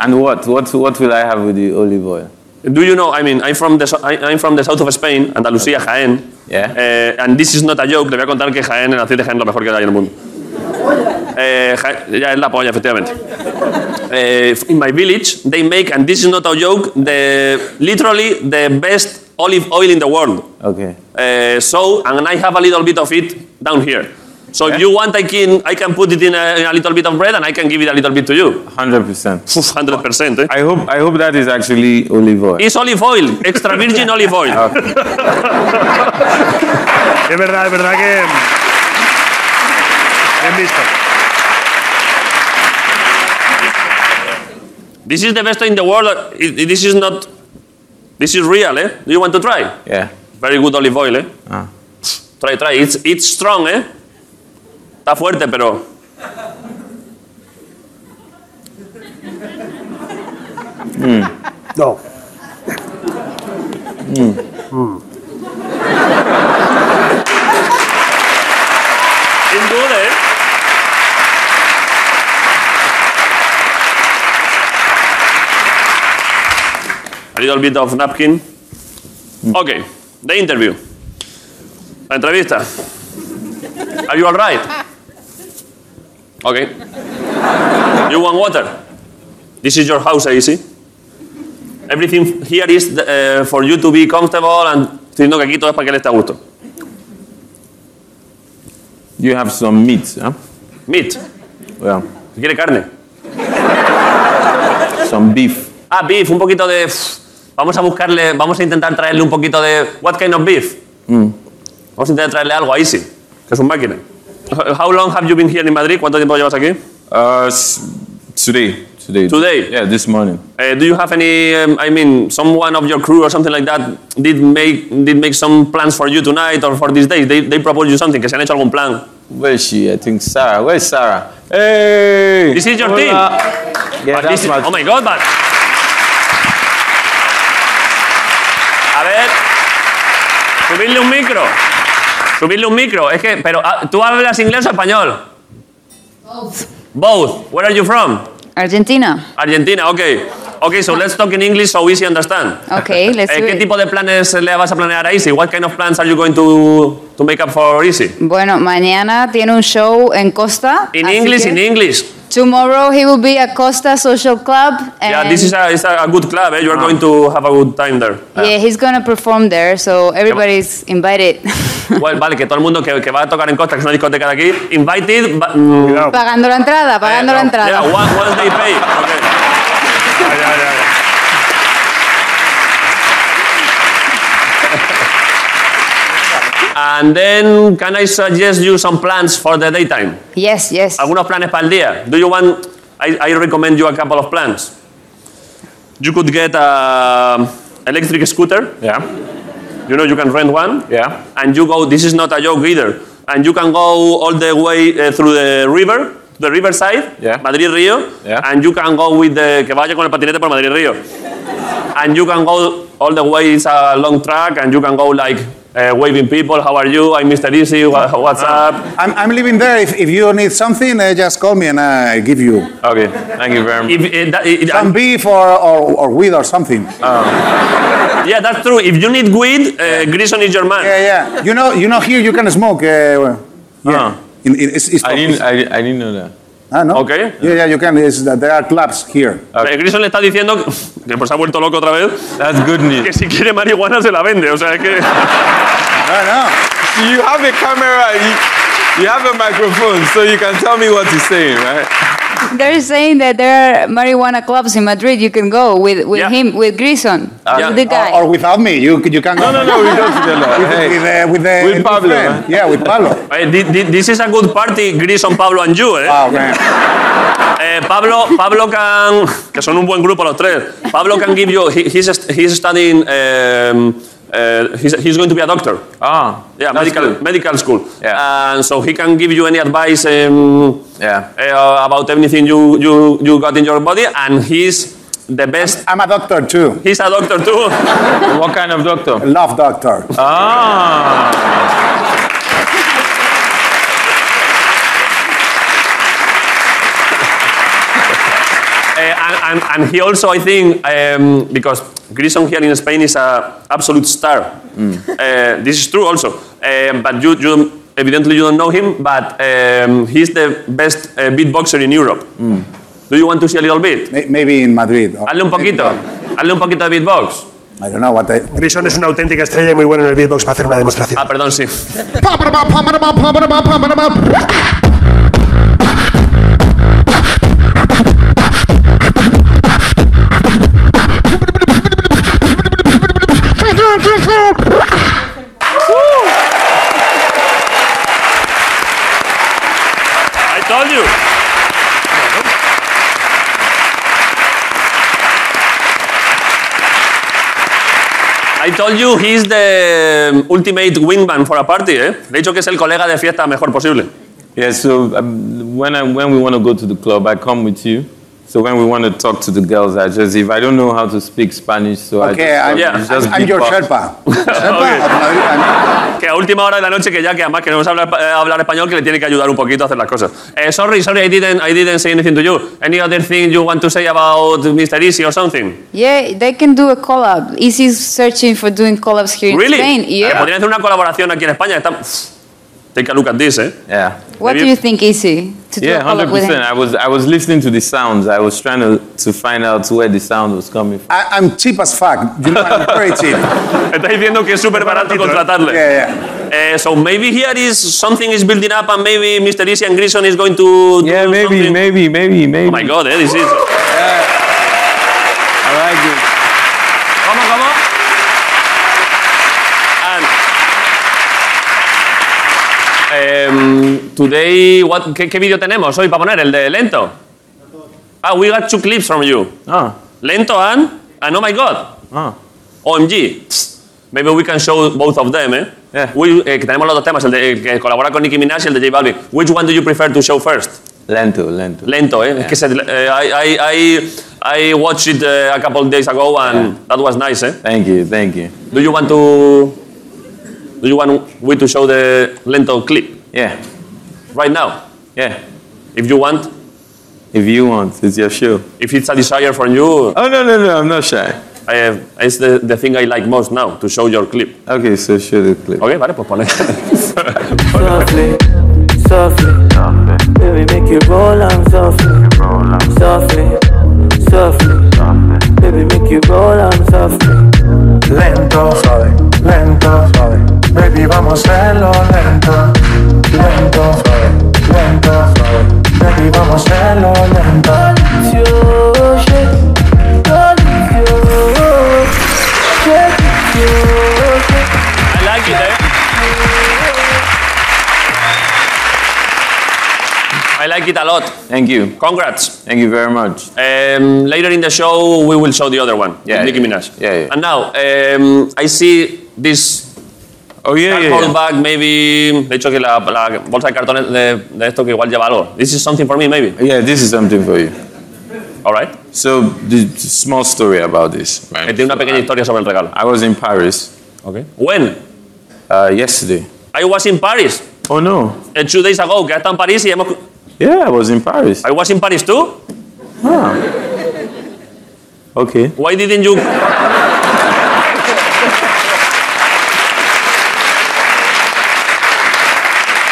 And what? What? What will I have with the olive oil?
Do you know? I mean, I'm from the so- I- I'm from the south of Spain, Andalucía, Jaén.
Yeah.
Eh, and this is not a joke. Le voy a contar que Jaén, el aceite de Jaén, es lo mejor que hay en el mundo. Eh, Ja- ya es la polla, efectivamente. Eh, in my village, they make, and this is not a joke, the literally the best olive oil in the world.
Okay.
Eh, so, and I have a little bit of it down here. So if you want, I can I can put it in a, in a little bit of bread, and I can give it a little bit to you.
Hundred percent.
Hundred percent. Eh?
I hope. I hope that is actually olive oil.
It's olive oil, extra virgin olive oil.
Es verdad, es verdad que. Bien visto.
This is the best in the world. I- This is not. This is real, eh? Do you want to try?
Yeah.
Very good olive oil, eh?
Ah.
Try, try. It's, it's strong, eh? Está fuerte, pero.
No.
It's good, eh? A little bit of napkin. Okay, the interview. La entrevista. Are you all right? Okay. You want water? This is your house, I see. Everything here is eh, for you to be comfortable and estoy diciendo que aquí todo es para que le esté a gusto.
You have some meat. Huh?
Meat.
Yeah.
¿Quiere carne?
Some beef.
Ah, beef, un poquito de. pff, Vamos a buscarle, vamos a intentar traerle un poquito de. What kind of beef? Vamos a intentar traerle algo a Easy,
Mm.
que es un máquina. How long have you been here in Madrid? ¿Cuánto tiempo llevas aquí?
Uh, s- today. Today.
Today?
Yeah, this morning.
Uh, do you have any? Um, I mean, someone of your crew or something like that did make did make some plans for you tonight or for these days. They they proposed you something. Que se han hecho algún plan.
Where is she? I think Sarah. Where is Sarah? Hey!
This is your
Hola.
team.
Yeah,
But
that's
this is-
my
oh my god, but. A ver. Subirle un micro. Subirle un micro. Es que, pero, ah, ¿tú hablas inglés o español? Both. Both. Where are you from?
Argentina.
Argentina, okay. Okay, so let's talk in English so easy understand.
Okay, let's
Eh,
do
¿Qué
it.
tipo de planes le vas a planear a Easy? What kind of plans are you going to, to make up for Easy?
Bueno, mañana tiene un show en Costa.
In
así
English,
que
in English.
Tomorrow he will be at Costa Social Club. And
Yeah, this is a, it's a good club. Eh? You are going to have a good time there.
Em, Ah. yeah, he's gonna perform there, so everybody's invited.
Well, vale, que todo el mundo que, que va a tocar en Costa, que es una discoteca de aquí, invited, but, mm, eh,
pagando la entrada, pagando la
no.
entrada.
Yeah, once, once they pay. Okay. And then, can I suggest you some plans for the daytime?
Yes, yes.
Algunos planes para el día. Do you want? I, I recommend you a couple of plans. You could get a electric scooter.
Yeah.
You know, you can rent one.
Yeah.
And you go, this is not a joke either. And you can go all the way uh, through the river, the riverside,
Yeah.
Madrid Río.
Yeah.
And you can go with the, que vaya con el patinete por Madrid Río. and you can go all the way, it's a long track, and you can go like uh, waving people, how are you? I'm Mr. Easy, wha- what's up?
I'm, I'm living there. If, if you need something, uh, just call me and I give you
Okay, thank you very much.
If, eh, that- eh,
some beef or, or, or weed or something.
yeah, that's true. If you need weed, uh, Grison is your man.
Yeah, yeah. You know, you know, here you can smoke. Uh, well, yeah.
Ah.
In, in, it's, it's
I didn't, I, I didn't know that.
Ah, no?
Okay.
Yeah, yeah, you can. It's, there are clubs here.
Eh, Grison le está diciendo que, que pues se ha vuelto loco otra vez,
That's good
que
news.
si quiere marihuana se la vende. O sea, es que...
I
You have a camera, you, you have a microphone, so you can tell me what to say, right?
They're saying that there are marijuana clubs in Madrid. You can go with, with
Yeah.
him, with Grison,
yeah.
the
know.
guy.
Or, or without me. You, you can go.
No, no, no, we don't do
With,
that.
uh, with, uh,
With
new
Pablo,
friend.
eh?
Yeah, with Pablo.
Eh, thi- thi- this is a good party, Grison, Pablo and you,
Ah.
eh?
Wow, man.
Eh, Pablo, Pablo can, que son un buen grupo los tres. Pablo can give you, he- he's, he's studying, um, uh, he's, he's going to be a doctor.
Ah,
Yeah,
that's
medical,
good.
medical school.
Yeah.
And so he can give you any advice um,
Yeah.
uh, about anything you, you, you got in your body, and he's the best.
I'm a doctor too.
He's a doctor too.
What kind of doctor?
Love doctor.
Ah.
Uh, and, and, and he also, I think, um, because Grison here in Spain is a absolute star. Uh, this is true also. Um, but you, you, evidently, you don't know him, but um, he's the best uh, beatboxer in Europe. Do you want to see a little bit?
May- Maybe in Madrid. or-
Hazle un poquito. Hazle un poquito de beatbox.
I don't know what I.
Grison es una auténtica estrella y muy bueno en el beatbox para hacer una demostración.
Ah, perdón, sí. I told you. I told you he's the um, ultimate wingman for a party, ¿eh? De hecho que es el colega de fiesta mejor posible.
Yeah, so um, when, I, when we want to go to the club, I come with you. So when we want to talk to the girls, I just, if I don't know how to speak Spanish, so
Okay,
Ah,
I
I'm,
just,
yeah,
it's just
I'm your
beatbox.
Sherpa. Sherpa of Madrid. I'm-
Que a última hora de la noche que ya que además que no sabe hablar, eh, hablar español que le tiene que ayudar un poquito a hacer las cosas. Eh, sorry, sorry, I didn't, I didn't say anything to you. Any other thing you want to say about Mr. Easy or something?
yeah, they can do a collab. Easy's searching for doing collabs here in
Really?
Spain.
Eh,
Yeah.
Podrían hacer una colaboración aquí en España. Está... Take a look at this, ¿eh?
Yeah.
What do
Maybe-
you think, Easy? To do
Yeah,
a collab with
100%.
him?
I was, I was listening to the sounds. I was trying to, to find out where the sound was coming from.
I, I'm cheap as fuck. You know, I'm very cheap.
Está diciendo que es súper barato contratarle.
Yeah, yeah.
Eh, so maybe here is something is building up and maybe Mr. Easy and Grison is going to do
Yeah, maybe,
something.
maybe, maybe, maybe.
Oh my God, eh, this is...
I like it.
¿Cómo, cómo? And, Em, today, what, ¿qué, qué vídeo tenemos hoy para poner? ¿El de lento? Ah, we got two clips from you. Ah. Lento and, and oh my god. Ah. OMG. Psst. Maybe we can show both of them, eh? Yeah. We, eh, que tenemos los dos temas, el, de, el que colabora con Nicki Minaj y el de J Balvin. Which one do you prefer to show first?
Lento, lento.
Lento, eh? Es que se, eh, I, I, I, I watched it eh, a couple of days ago and that was nice, eh?
Thank you, thank you.
Do you want to... Do you want we to show the lento clip?
Yeah,
Right now?
yeah.
If you want?
If you want, it's your show.
If it's a desire from you?
Oh, no, no, no, I'm not shy.
Eh, es the, the thing I like most now, to show your clip.
Okay, so show the clip.
Ok, vale, pues ponle.
softly, softly. Baby, make you roll on softly. Softly, softly. Baby, make you roll on softly. Lento, suave, lento, suave. Baby, vamos a hacerlo lento. Lento, suave, lento, suave. Baby, vamos a hacerlo lento.
I like it, eh? I like it a lot.
Thank you.
Congrats.
Thank you very much.
Um, later in the show, we will show the other one.
Yeah,
Nicki
yeah.
Minaj.
Yeah, yeah.
And now, um, I see this.
Oh, yeah, yeah,
cardboard
yeah.
bag, maybe. De hecho, que la, la bolsa de cartones de, de esto que igual lleva algo. This is something for me, maybe.
Yeah, this is something for you.
All right.
So, the small story about this.
Eh,
Right?
Tiene una pequeña historia sobre el regalo.
I was in Paris
Okay. When?
uh, yesterday.
I was in Paris
Oh, no.
eh, two days ago. Que está en París y hemos.
Yeah, I was in Paris.
I was in Paris too.
Okay.
Why didn't you?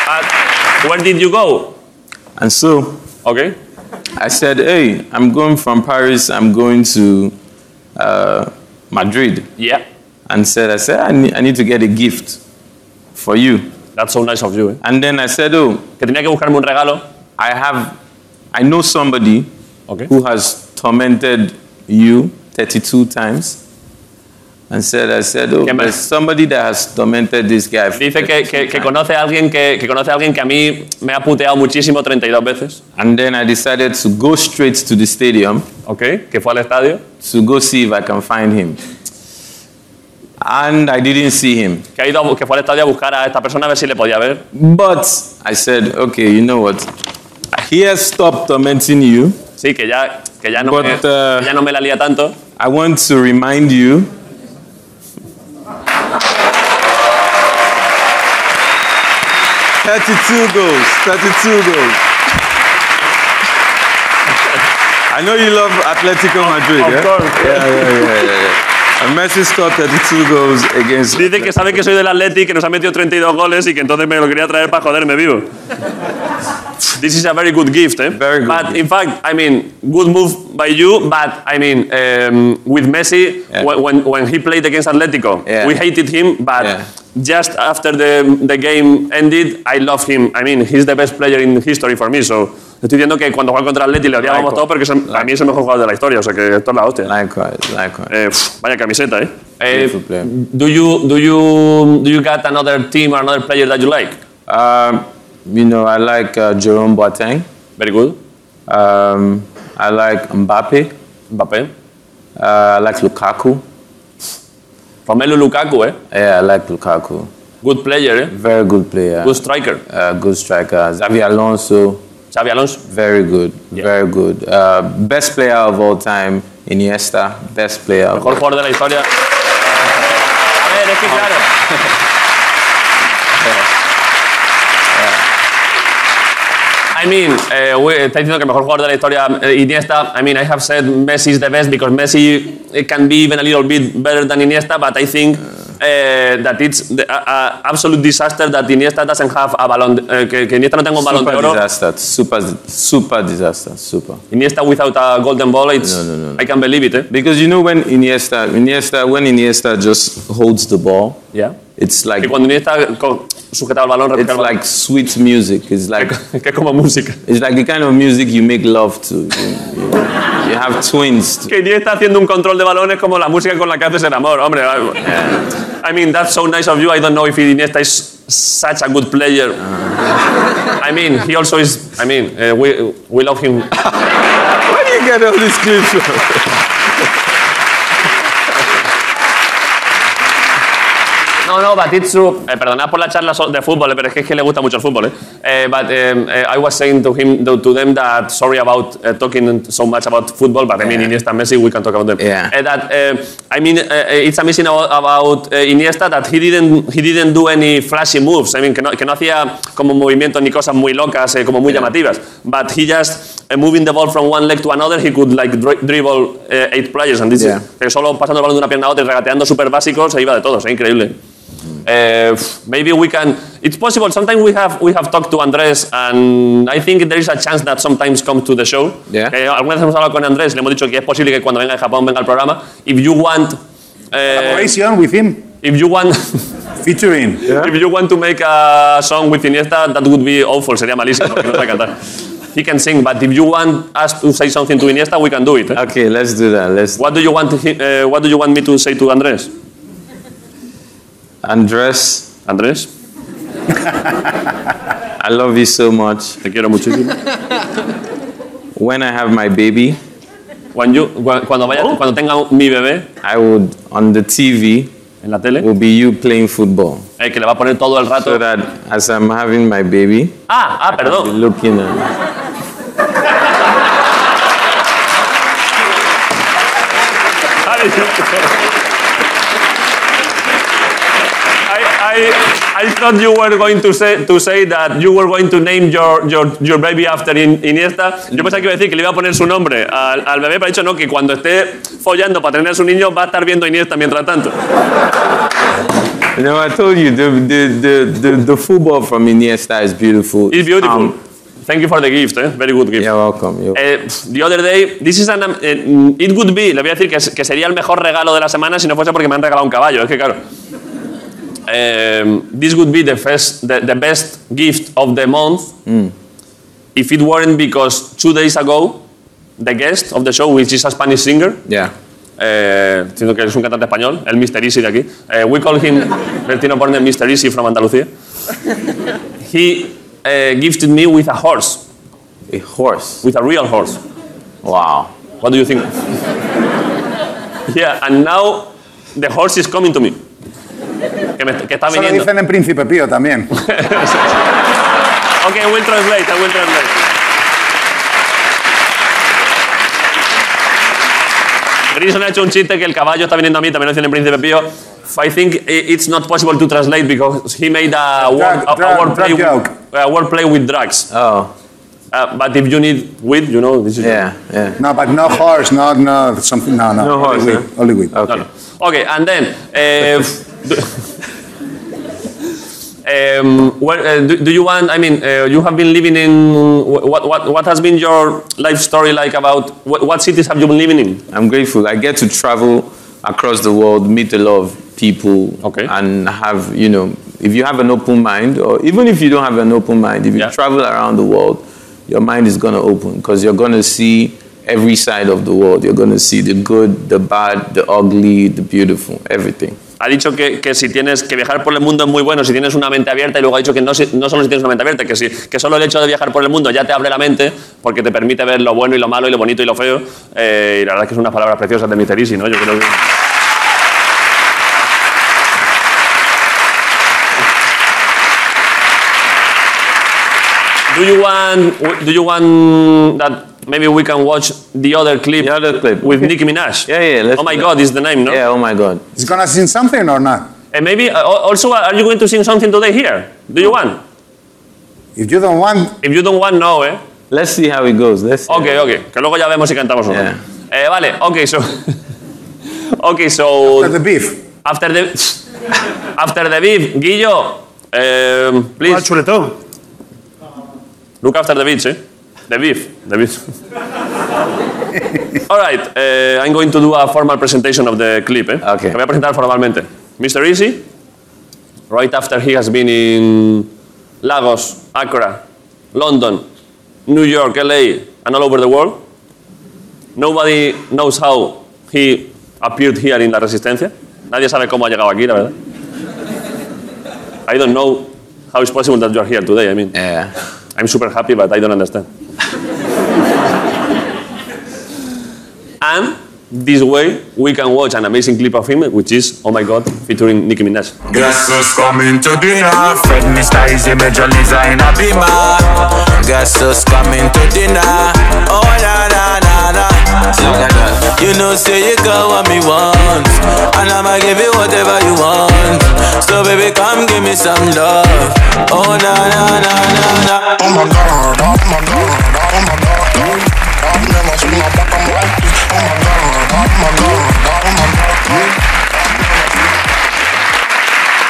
Uh, where did you go?
And so,
Okay.
I said, hey, I'm going from Paris, I'm going to uh, Madrid.
Yeah.
And said, I said, I need, I need to get a gift for you.
That's so nice of you. Eh?
And then I said, oh,
Que tenía que buscarme un regalo.
I have, I know somebody
Okay.
who has tormented you 32 times. And said, I said, oh,
¿Quién va?
there's somebody that has tormented this guy. for
Dice que,
32
que- que
times."
conoce a alguien que, que conoce a alguien que a mí me ha puteado muchísimo 32 veces.
And then I decided to go straight to the stadium
Okay. Que fue al estadio.
to go see if I can find him. And I didn't see him.
Que ha ido a bu- que fue al estadio a buscar a esta persona a ver si le podía ver.
But I said, okay, you know what? I here stop tormenting you.
Sí, que ya que ya no
But,
me,
uh,
que ya no me la lía tanto.
I want to remind you. Thirty-two goals. Thirty-two goals. I know you love Atletico Madrid,
of
yeah?
course.
Yeah, yeah, yeah, yeah, yeah. And Messi scored 32 goals against.
Dice que sabe que soy del Atleti, que nos ha metido 32 goles y que entonces me lo quería traer para joderme vivo. This is a very good gift, eh?
Very good
But
gift.
in fact, I mean, good move by you. But I mean, um, with Messi,
Yeah.
when- when when he played against Atletico,
Yeah.
we hated him. But
Yeah.
just after the the game ended, I love him. I mean, he's the best player in history for me. So estoy diciendo que cuando juega contra Atleti le odiábamos
Laico.
todo porque es el- a mí es el mejor jugador de la historia. O sea que esto es la hostia.
Likewise, likewise.
Eh, pf, vaya camiseta, eh. Eh,
Beautiful player.
do you do you do you got another team or another player that you like?
Um, you know, I like uh, Jerome Boateng.
Very good.
Um, I like Mbappe.
Mbappé.
Uh, I like Lukaku.
Romelu Lukaku, eh.
Yeah, I like Lukaku.
Good player, eh.
Very good player.
Good striker.
uh, good striker. Xavi Alonso,
Xavi Alonso.
very good.
Yeah.
Very good. Uh, best player of all time, Iniesta. Best player. of
Mejor jugador de la historia. A ver, es que claro. I mean, eh, we- está diciendo que el mejor jugador de la historia, eh, Iniesta. I mean, I have said Messi is the best because Messi eh, can be even a little bit better than Iniesta, but I think eh, that it's the, a- a absolute disaster that Iniesta doesn't have a balón, de- eh, que, que Iniesta no tenga un balón de
Super
oro.
disaster. Super, super disaster. Super.
Iniesta without a golden ball, it's,
No, no, no, no.
I can believe it. Eh?
Because you know when Iniesta, Iniesta, when Iniesta just holds the ball,
Yeah.
it's
Que
like
cuando Iniesta co- sujeta el balón, recogía
it's
el balón.
like sweet music. It's like
que es como música.
it's like the kind of music you make love to. You, you- you have twins. To.
Que Iniesta está haciendo un control de balones como la música con la que haces el amor, hombre. I mean, that's so nice of you. I don't know if Iniesta is such a good player. I mean, he also is. I mean, eh, uh, we, we love him.
Where do you
I get all these clips from?
No, no, Batitsu, eh, perdonad por la charla so- de fútbol, eh, pero es que, es que le gusta mucho el fútbol. Eh. Eh, but um, eh, I was saying to him, to, to them that sorry about eh, talking so much about football, but I mean Iniesta, Messi, we can talk about them. Eh, that eh, I mean eh, eh, it's amazing about, about eh, Iniesta that he didn't he didn't do any flashy moves. I mean que no, que no hacía como movimientos ni cosas muy locas, eh, como muy llamativas. But he just eh, moving the ball from one leg to another, he could like dri- dribble eh, eight players and this is-
Yeah.
que solo pasando el balón de una pierna a otra y regateando súper básicos, se iba de todos, eh, increíble. Eh, pff, maybe we can. It's possible. Sometimes we have we have talked to Andrés, and I think there is a chance that sometimes come to the show.
Yeah.
Que Eh, alguna vez hemos hablado con Andrés, le hemos dicho que es posible que cuando venga de Japón venga al programa. If you want. eh,
Collaboration with him.
If you want.
Featuring.
If you want to make a song with Iniesta, that would be awful. Sería malísimo porque no sabe cantar. He can sing, but if you want us to say something to Iniesta, we can do it. eh.
Okay, let's do that. Let's.
What do you want? Him, uh, what do you want me to say to Andrés?
Andres.
Andrés.
I love you so much.
Te quiero muchísimo.
When I have my baby.
When you, cuando vaya, cuando tenga mi bebé.
I would on the TV.
En la
Oh.
tele.
Will be you playing football.
Eh, que le va a poner todo el rato.
So that as I'm having my baby.
Ah, ah,
I'll be
perdón.
looking at.
I, I, I thought you were going to say, to say that you were going to name your, your, your baby after In- Iniesta. Yo pensaba que iba a decir que le iba a poner su nombre al, al bebé, pero ha dicho no, que cuando esté follando para tener a su niño va a estar viendo a Iniesta mientras tanto.
You know, I told you the the, the, the, the football from Iniesta is beautiful.
It's beautiful. Thank you for the gift, eh? very good
um,
gift.
You're welcome. You're
Eh, the other day, this is an, am- eh, mm, it would be, le voy a decir que, es- que sería el mejor regalo de la semana si no fuese porque me han regalado un caballo, es que claro. Eh, this would be the, first, the, the best gift of the month
Mm.
if it weren't because two days ago, the guest of the show, which is a Spanish singer,
Yeah.
eh, siendo que es un cantante español, el Mr. Easy de aquí, eh, we call him Bertino Borne Mr. Easy from Andalucía, he eh, gifted me with a horse.
A horse?
With a real horse.
Wow.
What do you think? yeah, and now the horse is coming to me. Que, me- que está
Eso lo
viniendo.
dicen en Príncipe Pío también.
Okay, I will translate. I will translate. Grison ha hecho un chiste que el caballo está viniendo a mí, también lo dicen en Príncipe Pío. I think i- it's not possible to translate because he made a word, a,
drug-
a word play
drug joke.
with, a word play with drugs.
Oh.
Uh, but if you need weed, you know, this is.
Yeah, yeah.
No, but no horse, no, no, something, no, no.
No
Only
horse,
weed,
eh?
Only weed.
No, no. Okay, and then. eh, Um, where, uh, do, do you want? I mean, uh, you have been living in. wh- What, what, what has been your life story like? About what, what cities have you been living in?
I'm grateful. I get to travel across the world, meet a lot of people, and have, you know, if you have an open mind, or even if you don't have an open mind, if you travel around the world, your mind is going to open because you're going to see every side of the world. You're going to see the good, the bad, the ugly, the beautiful, everything.
Ha dicho que, que si tienes que viajar por el mundo es muy bueno si tienes una mente abierta y luego ha dicho que no, si- no solo si tienes una mente abierta, que, si, que solo el hecho de viajar por el mundo ya te abre la mente porque te permite ver lo bueno y lo malo y lo bonito y lo feo. Eh, y la verdad es que son unas palabras preciosas de Mr. Easy, ¿no? Yo creo que... Do you want? Do you want that? Maybe we can watch the other clip. The
other clip
with Nicki Minaj.
Yeah, yeah.
oh my God, is the name, no? Yeah.
Oh my God.
He's gonna sing something or not?
And maybe uh, al- also, uh, are you going to sing something today here? Do you want?
If you don't want.
If you don't want, no, eh?
Let's see how it goes. Let's.
Okay, okay. Que luego ya vemos si cantamos o no. Eh, vale. Okay, so. okay, so. After the
beef.
After the. After the beef, Guillo. Um, please.
chuletón.
Look after the beach, eh? The beef, the beef. All right, eh, I'm going to do a formal presentation of the clip, eh? Okay. voy a presentar formalmente. Mr. Easy, right after he has been in Lagos, Accra, London, New York, LA, and all over the world, nobody knows how he appeared here in La Resistencia. Nadie sabe cómo ha llegado aquí, la verdad. I don't know how it's possible that you are here today. I mean, I'm super happy, but I don't understand. And this way, we can watch an amazing clip of him, which is Oh My God, featuring Nicki Minaj.
Guess who's coming to dinner? Fred Mr. Easy Major Lisa in a beamer. Guess who's coming to dinner? Oh na na na na. You know, say you got what me want, and I'ma give you whatever you want. So baby, come give me some love. Oh na na na na na. Oh my God, oh my God, oh my God. I've never seen a black and white. Oh my God, oh my God, oh my God.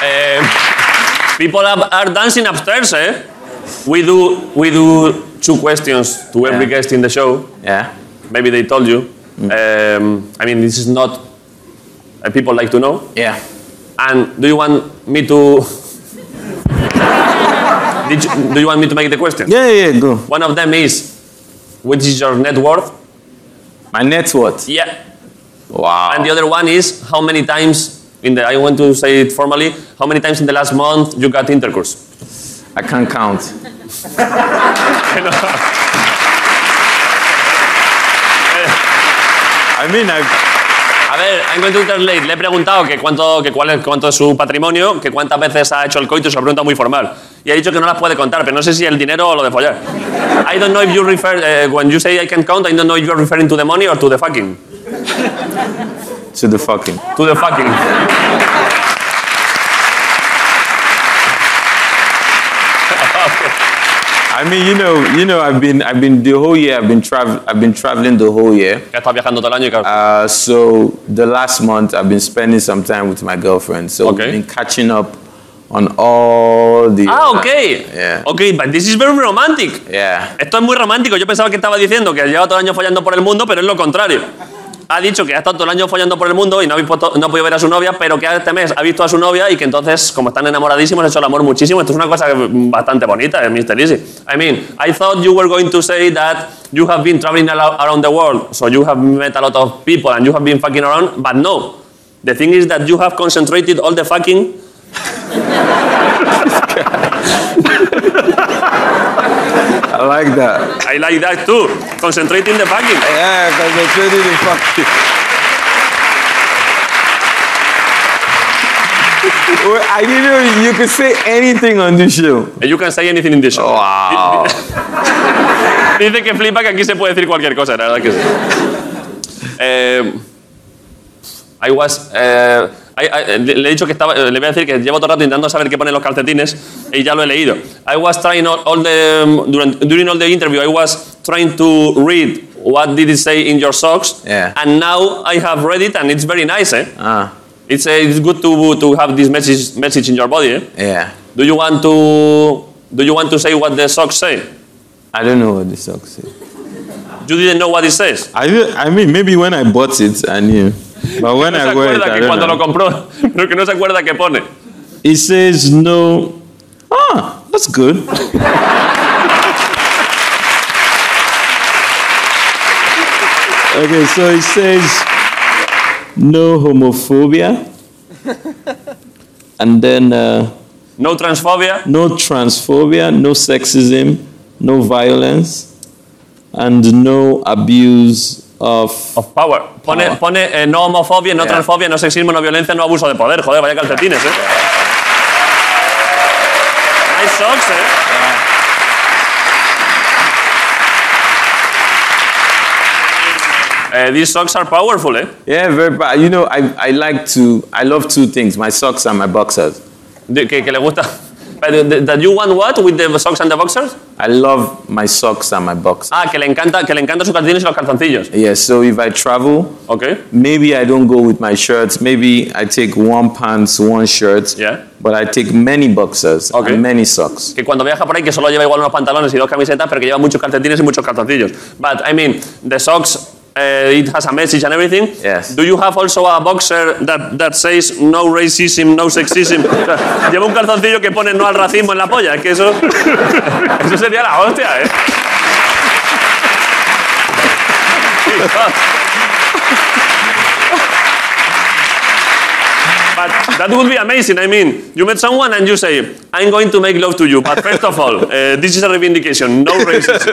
Eh, people are, are dancing upstairs, eh? We do, we do two questions to every guest in the show.
Yeah.
Maybe they told you. Um, I mean, this is not. Uh, people like to know.
Yeah.
And do you want me to? Did you, do you want me to make the question?
Yeah, yeah, yeah, go.
One of them is, what is your net worth?
My net worth.
Yeah.
Wow.
And the other one is how many times in the I want to say it formally, how many times in the last month you got intercourse?
I can't count. I mean,
A ver, I'm going to translate. Le he preguntado que cuánto, que cuál es, cuánto es su patrimonio, que cuántas veces ha hecho el coito, es una pregunta muy formal. Y ha dicho que no las puede contar, pero no sé si el dinero o lo de follar. I don't know if you refer, eh, when you say I can count, I don't know if you're referring to the money or to the fucking.
To the fucking.
To the fucking.
I mean, you know, you know, I've been, I've been the whole year. I've been travel, I've been traveling the whole year. Uh, so the last month, I've been spending some time with my girlfriend. So
Okay.
I've been catching up on all the.
Ah, okay.
Yeah.
Okay, but this is very romantic.
Yeah.
Esto es muy romántico. Yo pensaba que estaba diciendo que lleva todo el año follando por el mundo, pero es lo contrario. Ha dicho que ha estado todo el año follando por el mundo y no, habéis puesto- no ha podido ver a su novia, pero que este mes ha visto a su novia y que entonces, como están enamoradísimos, han hecho el amor muchísimo. Esto es una cosa bastante bonita, eh, Mr. Easy. I mean, I thought you were going to say that you have been traveling al- around the world, so you have met a lot of people and you have been fucking around, but no. The thing is that you have concentrated all the fucking
I like that.
I like that too. Concentrating the fucking.
Yeah, concentrating the fucking. Well, I didn't know you could say anything on this show.
You can say anything in this show.
Wow.
Dice que flipa que aquí se puede decir cualquier cosa, la verdad que sí. Eh, I was, eh, I- I- le le he dicho que estaba, le voy a decir que llevo todo el rato intentando saber qué ponen los calcetines y ya lo he leído. I was trying all, all the, um, during, during all the interview, I was trying to read what did it say in your socks.
Yeah.
And now I have read it and it's very nice, eh?
Ah.
It's, eh, it's good to, to have this message, message in your body, eh?
Yeah.
Do you want to do you want to say what the socks say?
I don't know what the socks say.
You didn't know what it says.
I, don't- I mean, maybe when I bought it, I knew. But when
no se
I wear it,
acuerda
I
que
don't
cuando
know.
lo compró, pero que no se acuerda que pone.
It says no. Ah, that's good. okay, so it says no homophobia. And then uh,
No transphobia.
no transphobia, no sexism, no violence, and no abuse of.
Of power. Pone, pone eh, no homofobia, no transfobia, no sexismo, no violencia, no abuso de poder. Joder, vaya calcetines, eh. Nice socks, eh. Eh, these socks are powerful, eh?
Yeah, very bad. You know, I, I like to, I love two things my socks and my boxers.
De- que, que le gusta. Pero, de- that you want what with the socks and the boxers?
I love my socks and my boxers.
Ah, que le encanta, que le encantan sus calcetines y los calzoncillos.
Yeah, so if I travel,
okay,
maybe I don't go with my shirts. Maybe I take one pants, one shirt.
Yeah.
But I take many boxers
Okay.
and many socks.
Que cuando viaja por ahí que solo lleva igual unos pantalones y dos camisetas, pero que lleva muchos calcetines y muchos calzoncillos. But I mean, the socks, eh, it has a message and everything.
Yes.
Do you have also a boxer that, that says no racism, no sexism? O sea, lleva un calzoncillo que pone no al racismo en la polla. Es que eso, eso sería la hostia, ¿eh? But That would be amazing. I mean, you meet someone and you say, I'm going to make love to you, but first of all, eh, this is a reivindication, no racism.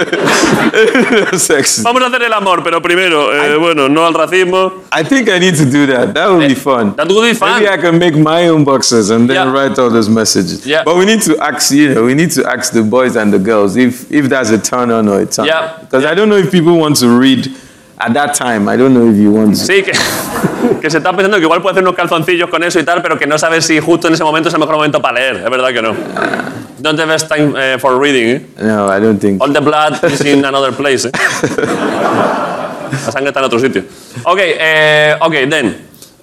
Vamos a hacer el amor, pero primero, eh, bueno, no al racismo.
I think I need to do that. That would be fun.
That would be fun.
Maybe I can make my own boxes and then write all those messages.
Yeah.
But we need to ask, you know, we need to ask the boys and the girls if if that's a turn on or a turn.
Yeah.
Because I don't know if people want to read at that time. I don't know if you want to.
Sí, que, que se está pensando que igual puede hacer unos calzoncillos con eso y tal, pero que no sabe si justo en ese momento es el mejor momento para leer. Es verdad que no. Don't have time eh, for reading. eh.
No, I don't think.
All the blood is in another place. eh. La sangre está en otro sitio. Okay, eh, okay, then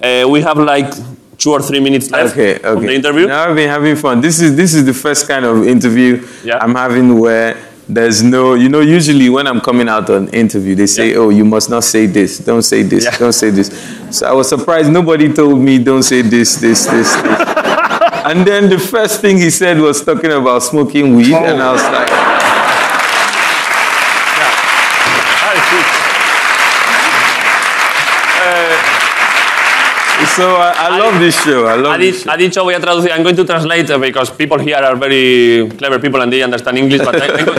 eh, we have like two or three minutes left
Okay,
of the
okay.
interview.
Now I've been having fun. This is this is the first kind of interview I'm having where there's no, you know, usually when I'm coming out on interview, they say, "Oh, you must not say this. Don't say this. Don't say this." So I was surprised nobody told me, "Don't say this, this, this." this. and then the first thing he said was talking about smoking weed, and I was like,
Ay, Ah, sí.
So I, I love this show. I love
Ha, di- ha dicho, voy a traducir, I'm going to translate uh, because people here are very clever people and they understand English, but I- I'm, go-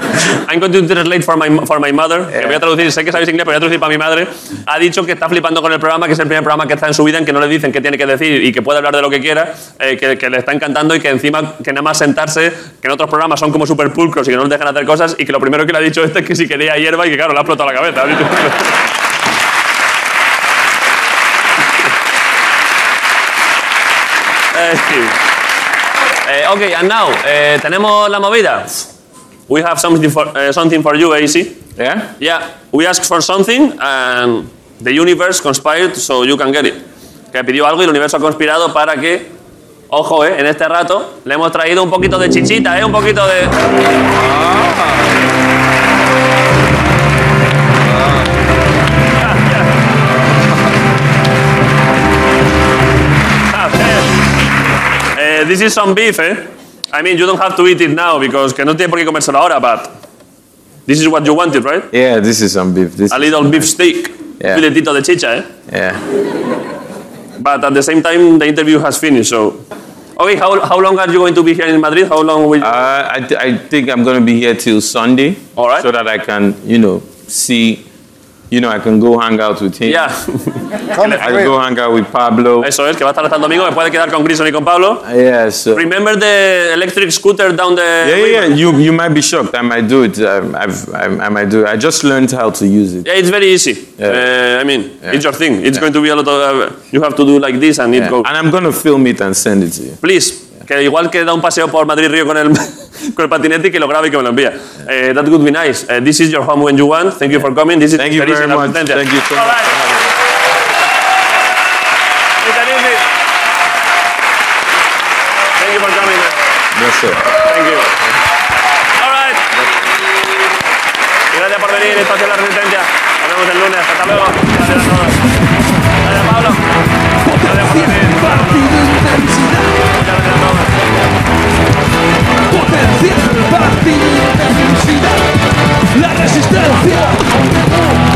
I'm going to translate for my, for my mother. Que voy a traducir, sé que sabéis inglés, pero voy a traducir para mi madre. Ha dicho que está flipando con el programa, que es el primer programa que está en su vida en que no le dicen qué tiene que decir y que puede hablar de lo que quiera, eh, que, que le está encantando y que encima, que nada más sentarse, que en otros programas son como súper pulcros y que no les dejan hacer cosas y que lo primero que le ha dicho este es que si quería hierba y que claro, le ha explotado la cabeza. Ha dicho- Eh, sí. Eh, ok, and now, eh, tenemos la movida. We have something for, eh, something for you, AC.
Yeah?
Yeah, we asked for something and the universe conspired so you can get it. Que pidió algo y el universo ha conspirado para que, ojo, eh, en este rato le hemos traído un poquito de chichita, eh, un poquito de... Ah. Eh, this is some beef, eh? I mean, you don't have to eat it now because que no tiene por qué comérselo ahora, but this is what you wanted, right?
Yeah, this is some beef. This
a little beef steak,
Yeah.
filetito de chicha, eh?
yeah.
But at the same time, the interview has finished, so. Okay, how, how long are you going to be here in Madrid? How long will you?
Uh, I, th- I think I'm going to be here till Sunday. All right. So that I can, you know, see, you know, I can go hang out with him.
Yeah.
I can go hang out with Pablo.
Eso es, que va a estar hasta el domingo, que puede quedar con Grison y con Pablo.
Yeah, so.
Remember the electric scooter down the.
Yeah, yeah, yeah. You, you might be shocked. I might do it. Um, I've, I, I might do it. I just learned how to use it.
Yeah, it's very easy. Uh, I mean, it's your thing. It's going to be a lot of. Uh, you have to do like this and it
Yeah.
goes.
And I'm going to film it and send it to you.
Please, que igual que da un paseo por Madrid Río con el, con el patinete y que lo grabe y que me lo envía. Eh, that would be nice. Eh, this is your home when you want. Thank you for coming. This is
Thank you
Teresa
very
en la
much.
asistencia.
Thank you so much.
Thank you for coming. man.
Yes, sir.
Thank you. All right. Gracias por venir. Esto ha sido la resistencia. Nos vemos el lunes. Hasta luego. Gracias a todos. Gracias, Pablo. Gracias por venir. Muchas gracias a todos.
Potencial partido de felicidad. La resistencia.